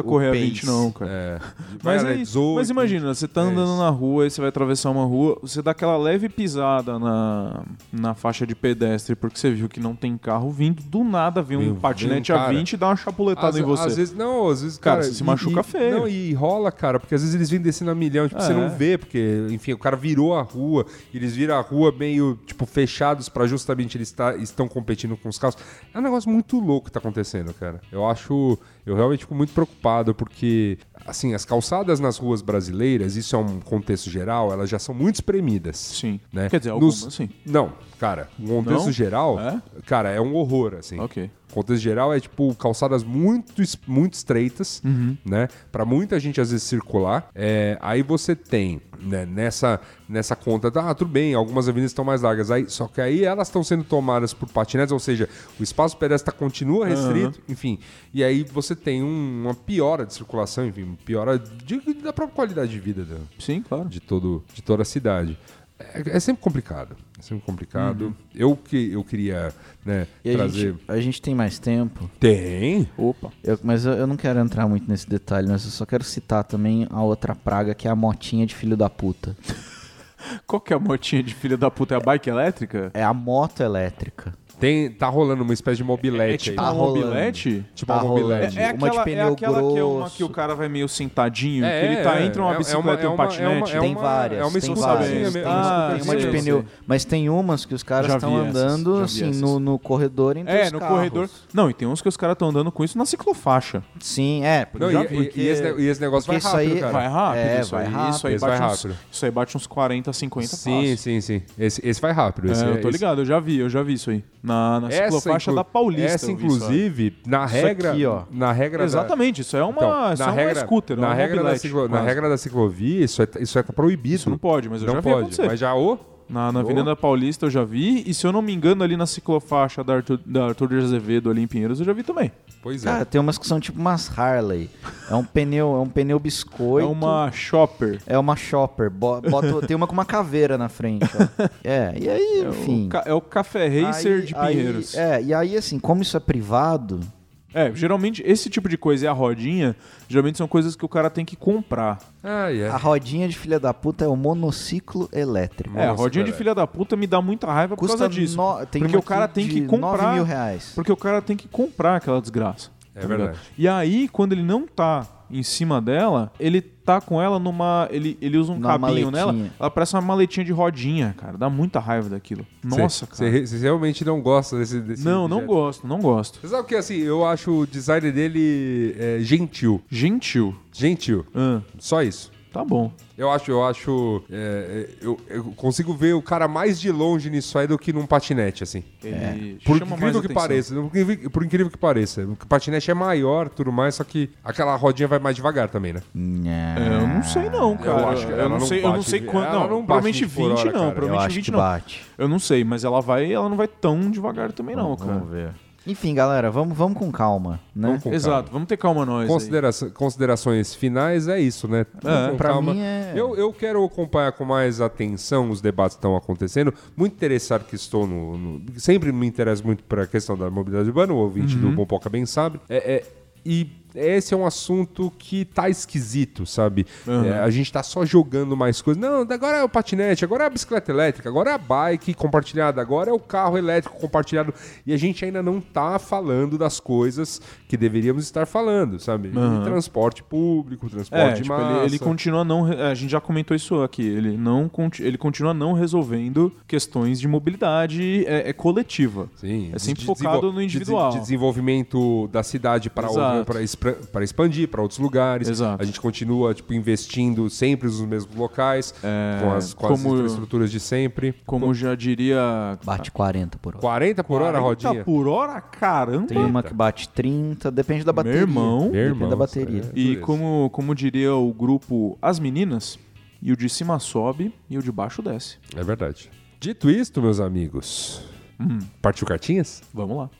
É, a o- correr o a pace. 20, não, cara. É. Mas, Vai, aí, né, 18, mas imagina, você tá é andando isso. na rua e você vai atravessar uma rua, você dá aquela leve pisada na, na faixa de pedestre porque você viu que não tem carro vindo, do nada vem um Meu, patinete vem um a cara. 20 e dá uma chapuletada Às- em você. Às vezes, não, às vezes, Cara, cara. você se e- machuca e- feio. Não, e rola, cara, porque às vezes eles vêm descendo a milhão, tipo, Ah, você não é. vê, porque, enfim, o cara virou a rua, e eles viram a rua meio, tipo, fechados pra justamente eles tá- estão competindo com os carros. É um negócio muito louco que tá acontecendo, cara. Eu acho. Eu realmente fico muito preocupado, porque, assim, as calçadas nas ruas brasileiras, isso é um contexto geral, elas já são muito espremidas. Sim. Né? Quer dizer, algumas, Nos- sim. Não, cara, o contexto Não? geral, É? cara, é um horror, assim. Ok. O contexto geral é tipo calçadas muito, es- muito estreitas, Uhum. né? Pra muita gente às vezes circular. É, aí você tem né, nessa, nessa conta, ah, tudo bem, algumas avenidas estão mais largas. Aí, só que aí elas estão sendo tomadas por patinetes, ou seja, o espaço pedestre tá- continua restrito, enfim. E aí você tem um- uma piora de circulação, enfim, piora de- da própria qualidade de vida da, Sim, claro. de, todo, de toda a cidade. É, é sempre complicado. É sempre complicado. Eu que eu queria né, Uhum. E a trazer. gente, a gente tem mais tempo, Tem. Opa. eu- mas eu, eu não quero entrar muito nesse detalhe, mas eu só quero citar também a outra praga, que é a motinha de filho da puta. Qual que é a motinha de filha da puta? É a bike elétrica? É a moto elétrica. Tem, tá rolando uma espécie de mobilete É tipo aí. Tá um rolando. mobilete? Tipo tá uma mobilete. rolando. É uma aquela, de pneu é aquela que, é uma grosso. que o cara vai meio sentadinho, É, que ele tá é, entre uma é- é bicicleta e uma- um é uma- é uma- patinete. é tem uma- várias, é uma tem escuta várias. bem, Tem, né? Ah, uma- Tipo, tem uma de sei, pneu, sei. mas tem umas que os caras Já estão vi essas, andando já vi assim essas. no, no corredor entre É, os no carros. corredor. Não, e tem uns que os caras estão andando com isso na ciclofaixa. Sim, é. tipo, Não, já e, vi, e- porque- e esse, ne- e esse negócio vai porque isso rápido, aí cara. Vai rápido É, isso vai aí. Isso rápido. aí Esse bate vai uns, rápido. isso aí bate uns 40, 50 Sim, fácil. sim, sim. Esse, esse vai rápido. Esse, É, eu tô esse- ligado, eu já vi, eu já vi isso aí. Na, na ciclofaixa inclu- da Paulista. Essa, eu vi isso aí. inclusive, na regra. aqui, ó. Na regra. da- Exatamente, isso é uma, Então, isso é na uma regra, scooter, é na, uma regra da mobilete, ciclo- na quase. regra da ciclovia, isso é, isso é tá proibido. Isso não pode, mas eu não já vi pode, acontecer. Mas já o. Na, na Avenida Boa. Paulista eu já vi, e se eu não me engano, ali na ciclofaixa da Arthur, da Arthur de Azevedo, ali em Pinheiros, eu já vi também. Pois é. Cara, tem umas que são tipo umas Harley. É um pneu, é um pneu biscoito. É uma shopper. É uma shopper. Bo- bota- tem uma com uma caveira na frente, ó. É, e aí, É o enfim. ca- É o, Café Racer Aí- de aí- Pinheiros. é, e aí, assim, como isso é privado, É, geralmente esse tipo de coisa e a rodinha, geralmente são coisas que o cara tem que comprar. Ah, A É. yeah. rodinha de filha da puta é o monociclo elétrico. Nossa, é, a rodinha cara. de filha da puta me dá muita raiva por Custa causa disso. no- tem porque uma o cara aqui tem que de comprar. 9 mil reais. Porque o cara tem que comprar aquela desgraça. tá É ligado? verdade. E aí, quando ele não tá em cima dela, ele tá com ela numa. Ele, ele usa um Numa cabinho nela. maletinha. Ela parece uma maletinha de rodinha, cara. Dá muita raiva daquilo. Nossa, cara. Você realmente não gosta desse. desse Não, não objeto. gosto, não gosto. Você sabe que assim, eu acho o design dele é, gentil. Gentil. Gentil. Ah, Só isso. tá bom. Eu acho, eu acho. é, é, eu, eu consigo ver o cara mais de longe nisso aí do que num patinete, assim. Ele Por chama mais incrível que atenção. pareça. Por incrível, por incrível que pareça. O patinete é maior tudo mais, só que aquela rodinha vai mais devagar também, né? É, eu não sei não, cara. Eu, acho que ela não, não sei, eu não bate- sei quanto. ela Não, não bate provavelmente 20 por 20 hora, não, cara. Eu Eu provavelmente acho 20 que não. bate. Eu não sei, mas ela vai, ela não vai tão devagar também não, cara. Vamos ver. Enfim, galera, vamos, vamos com calma, né? Vamos com calma. Exato, vamos ter calma nós. aí. Consideraça- considerações finais é isso, né? Vamos com pra calma. mim é- eu, eu quero acompanhar com mais atenção os debates que estão acontecendo. Muito interessado que estou no, no- Sempre me interesso muito para a questão da mobilidade urbana, o ouvinte Uhum. do Pompoca bem sabe. É- é- e esse é um assunto que tá esquisito, sabe? Uhum. É, a gente tá só jogando mais coisas. Não, agora é o patinete, agora é a bicicleta elétrica, agora é a bike compartilhada, agora é o carro elétrico compartilhado. E a gente ainda não tá falando das coisas que deveríamos estar falando, sabe? E Transporte público, Uhum. É, transporte tipo, massa. ele, ele continua não. re- A gente já comentou isso aqui. Ele, não, conti- ele continua não resolvendo questões de mobilidade é, é coletiva. Sim, É sempre de focado desenvol- no de desen- individual. De desenvolvimento da cidade para Exato. outra- para espra- para expandir para outros lugares. Exato. A gente continua tipo, investindo sempre nos mesmos locais, com as, com as É, como- infraestruturas de sempre. Como já diria. Bate 40 por hora. 40 por hora, 40 rodinha? por hora, caramba! Tem um uma que bate 30, depende da bateria. irmão. Meu Depende irmão, da bateria. sério. E Beleza. como, como diria o grupo As Meninas, e o de cima sobe e o de baixo desce. É verdade. Dito isto, meus amigos, Hum. partiu cartinhas? Vamos lá.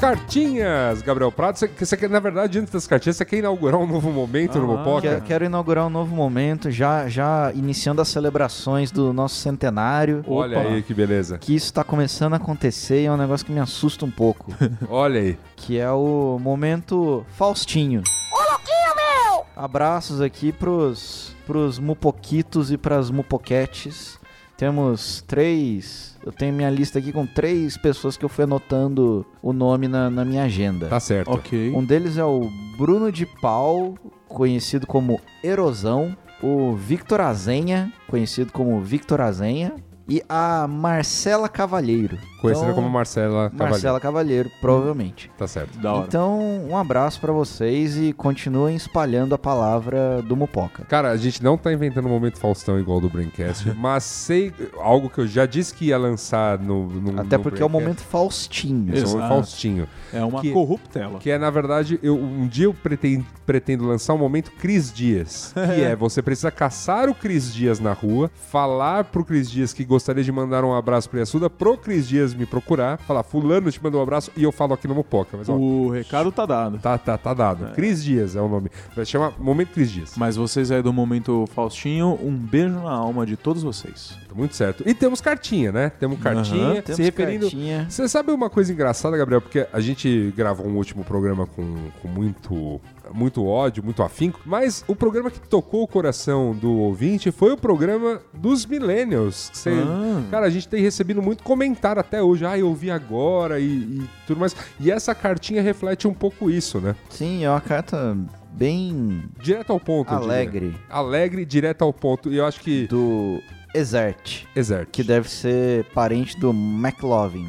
Cartinhas, Gabriel Prado. Você- Você quer, na verdade, antes das cartinhas, você quer inaugurar um novo momento no Ah, Mopoca? Quero, quero inaugurar um novo momento, já, já iniciando as celebrações do nosso centenário. Olha Opa. aí que beleza. Que isso está começando a acontecer e é um negócio que me assusta um pouco. Olha aí. que é o momento Faustinho. Ô, meu! Abraços aqui pros, pros mupoquitos e pras mupoquetes. Temos três. Eu tenho minha lista aqui com três pessoas que eu fui anotando o nome na, na minha agenda. Tá certo. Ok. Um deles é o Bruno de Pau, conhecido como Erosão, o Victor Azenha, conhecido como Victor Azenha, e a Marcela Cavalheiro. Conhecida Então, como Marcela Cavalheiro. Marcela Cavalheiro, provavelmente. Tá certo. Da hora. Então, um abraço pra vocês e continuem espalhando a palavra do Mupoca. Cara, a gente não tá inventando um momento Faustão igual do Braincast, mas sei algo que eu já disse que ia lançar no. no Até no porque é o Braincast. momento Faustinho. Esse é o momento Exato. Faustinho. então, É uma que- corruptela. Que é, na verdade, eu, um dia eu pretendo, pretendo lançar um momento Cris Dias. Que é, você precisa caçar o Cris Dias na rua, falar pro Cris Dias que gostaria de mandar um abraço pro Yassuda, pro Cris Dias me procurar, falar, fulano te mandou um abraço, e eu falo aqui no Mopoca. Mas, ó, Uh. O recado tá dado. tá, tá, tá dado. Cris Dias é o nome. Vai chamar Momento Cris Dias. Mas vocês aí do Momento Faustinho, um beijo na alma de todos vocês. Tá Muito certo. E temos cartinha, né? Temos cartinha, Aham, se Temos referindo... cartinha. Você sabe uma coisa engraçada, Gabriel? Porque a gente gravou um último programa com, com muito, muito ódio, muito afinco, mas o programa que tocou o coração do ouvinte foi o programa dos Millennials. Você- Ah. Cara, a gente tem recebido muito comentário até hoje. Ah, eu ouvi agora e, e tudo mais. E essa cartinha reflete um pouco isso, né? Sim, é uma carta bem Direto ao ponto. eu diria. alegre Alegre, direto ao ponto. E eu acho que. do Exert, Exert. que deve ser parente do McLovin.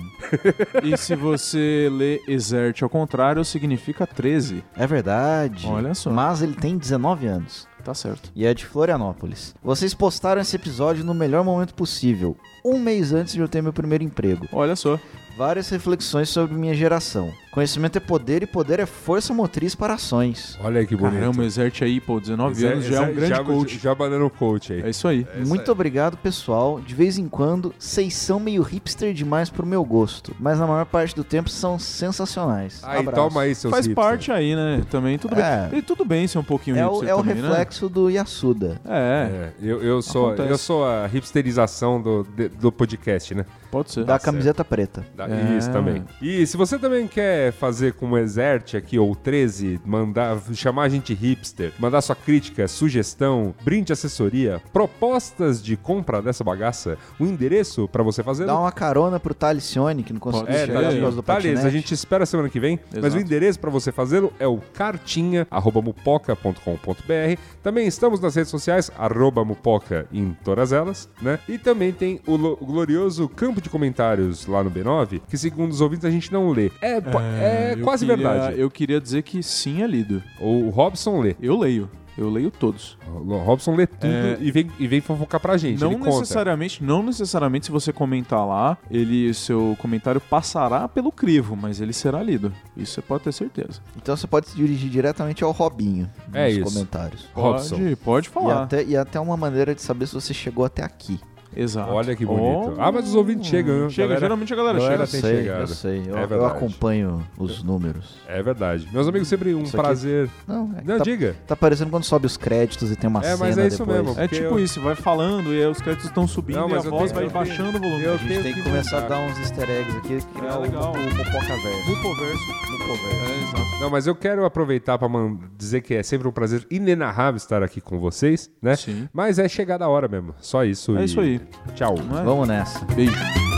E se você lê Exert ao contrário, significa 13. É verdade. Olha só. Mas ele tem 19 anos. Tá certo. e é de Florianópolis. Vocês postaram esse episódio no melhor momento possível, um mês antes de eu ter meu primeiro emprego. Olha só. Várias reflexões sobre minha geração. Conhecimento é poder e poder é força motriz para ações. Olha aí que bonito. Caramba, exerte aí, pô, 19 anos, já é um grande já, coach. Já banando coach aí. É isso aí. Muito obrigado, pessoal. De vez em quando, vocês são meio hipster demais pro meu gosto, mas na maior parte do tempo são sensacionais. Aí, Abraço. toma aí, seus Faz hipster. parte aí, né? Também, tudo É. bem. E tudo bem ser um pouquinho É o, hipster é o também, reflexo do Yasuda. né? É, É, eu, eu, sou, Acontece. eu sou a hipsterização do, de- do podcast, né? pode ser. Da camiseta preta. Da- É. Isso também. E se você também quer fazer como Exerte aqui, ou 13, mandar, chamar a gente hipster, mandar sua crítica, sugestão, brinde assessoria, propostas de compra dessa bagaça, o endereço pra você fazer. Dá uma carona pro Talicione, que não conseguiu É, chegar Thales, por causa tá do Thales, patinete. a gente espera semana que vem, mas Exato. o endereço para você fazê-lo é o cartinha@mupoca.com.br. Também estamos nas redes sociais arroba @mupoca em todas elas, né? E também tem o lo- o glorioso campo de comentários lá no B9, que segundo os ouvintes a gente não lê. É, pa- é Eu quase queria- verdade. Eu queria dizer que sim é lido. O Robson lê. Eu leio. Eu leio todos. O Robson lê tudo É. e vem e vem fofocar pra gente, não ele conta. necessariamente, não necessariamente se você comentar lá, ele seu comentário passará pelo crivo, mas ele será lido. Isso você pode ter certeza. Então você pode se dirigir diretamente ao Robinho É nos isso. comentários. Robson. Pode, pode E falar. até, e até uma maneira de saber se você chegou até aqui. Exato. Olha que bonito. Oh. Ah, mas os ouvintes chegam, né? Chega, Galera- geralmente a galera, galera chega. tem sei, chegado. eu sei. Eu, É eu verdade. acompanho os números. É verdade. Meus amigos, sempre um Isso aqui- prazer. Não, é que Não, tá, diga. tá parecendo quando sobe os créditos e tem uma É, cena mas é isso depois. mesmo. É Porque tipo eu- isso, vai falando e aí os créditos estão subindo Não, e a mas eu voz tenho- vai eu tenho- baixando o volume. eu A gente tenho tem que que começar voltar. a dar uns easter eggs aqui, É criar legal. o, o Popoca Verso. Mupoverso. Mupoverso. É, exato. Não, mas eu quero aproveitar para dizer que é sempre um prazer inenarrável estar aqui com vocês, né? Sim. Mas é chegada a hora mesmo. Só isso. É e isso aí. Tchau. Não é? Vamos nessa. Beijo.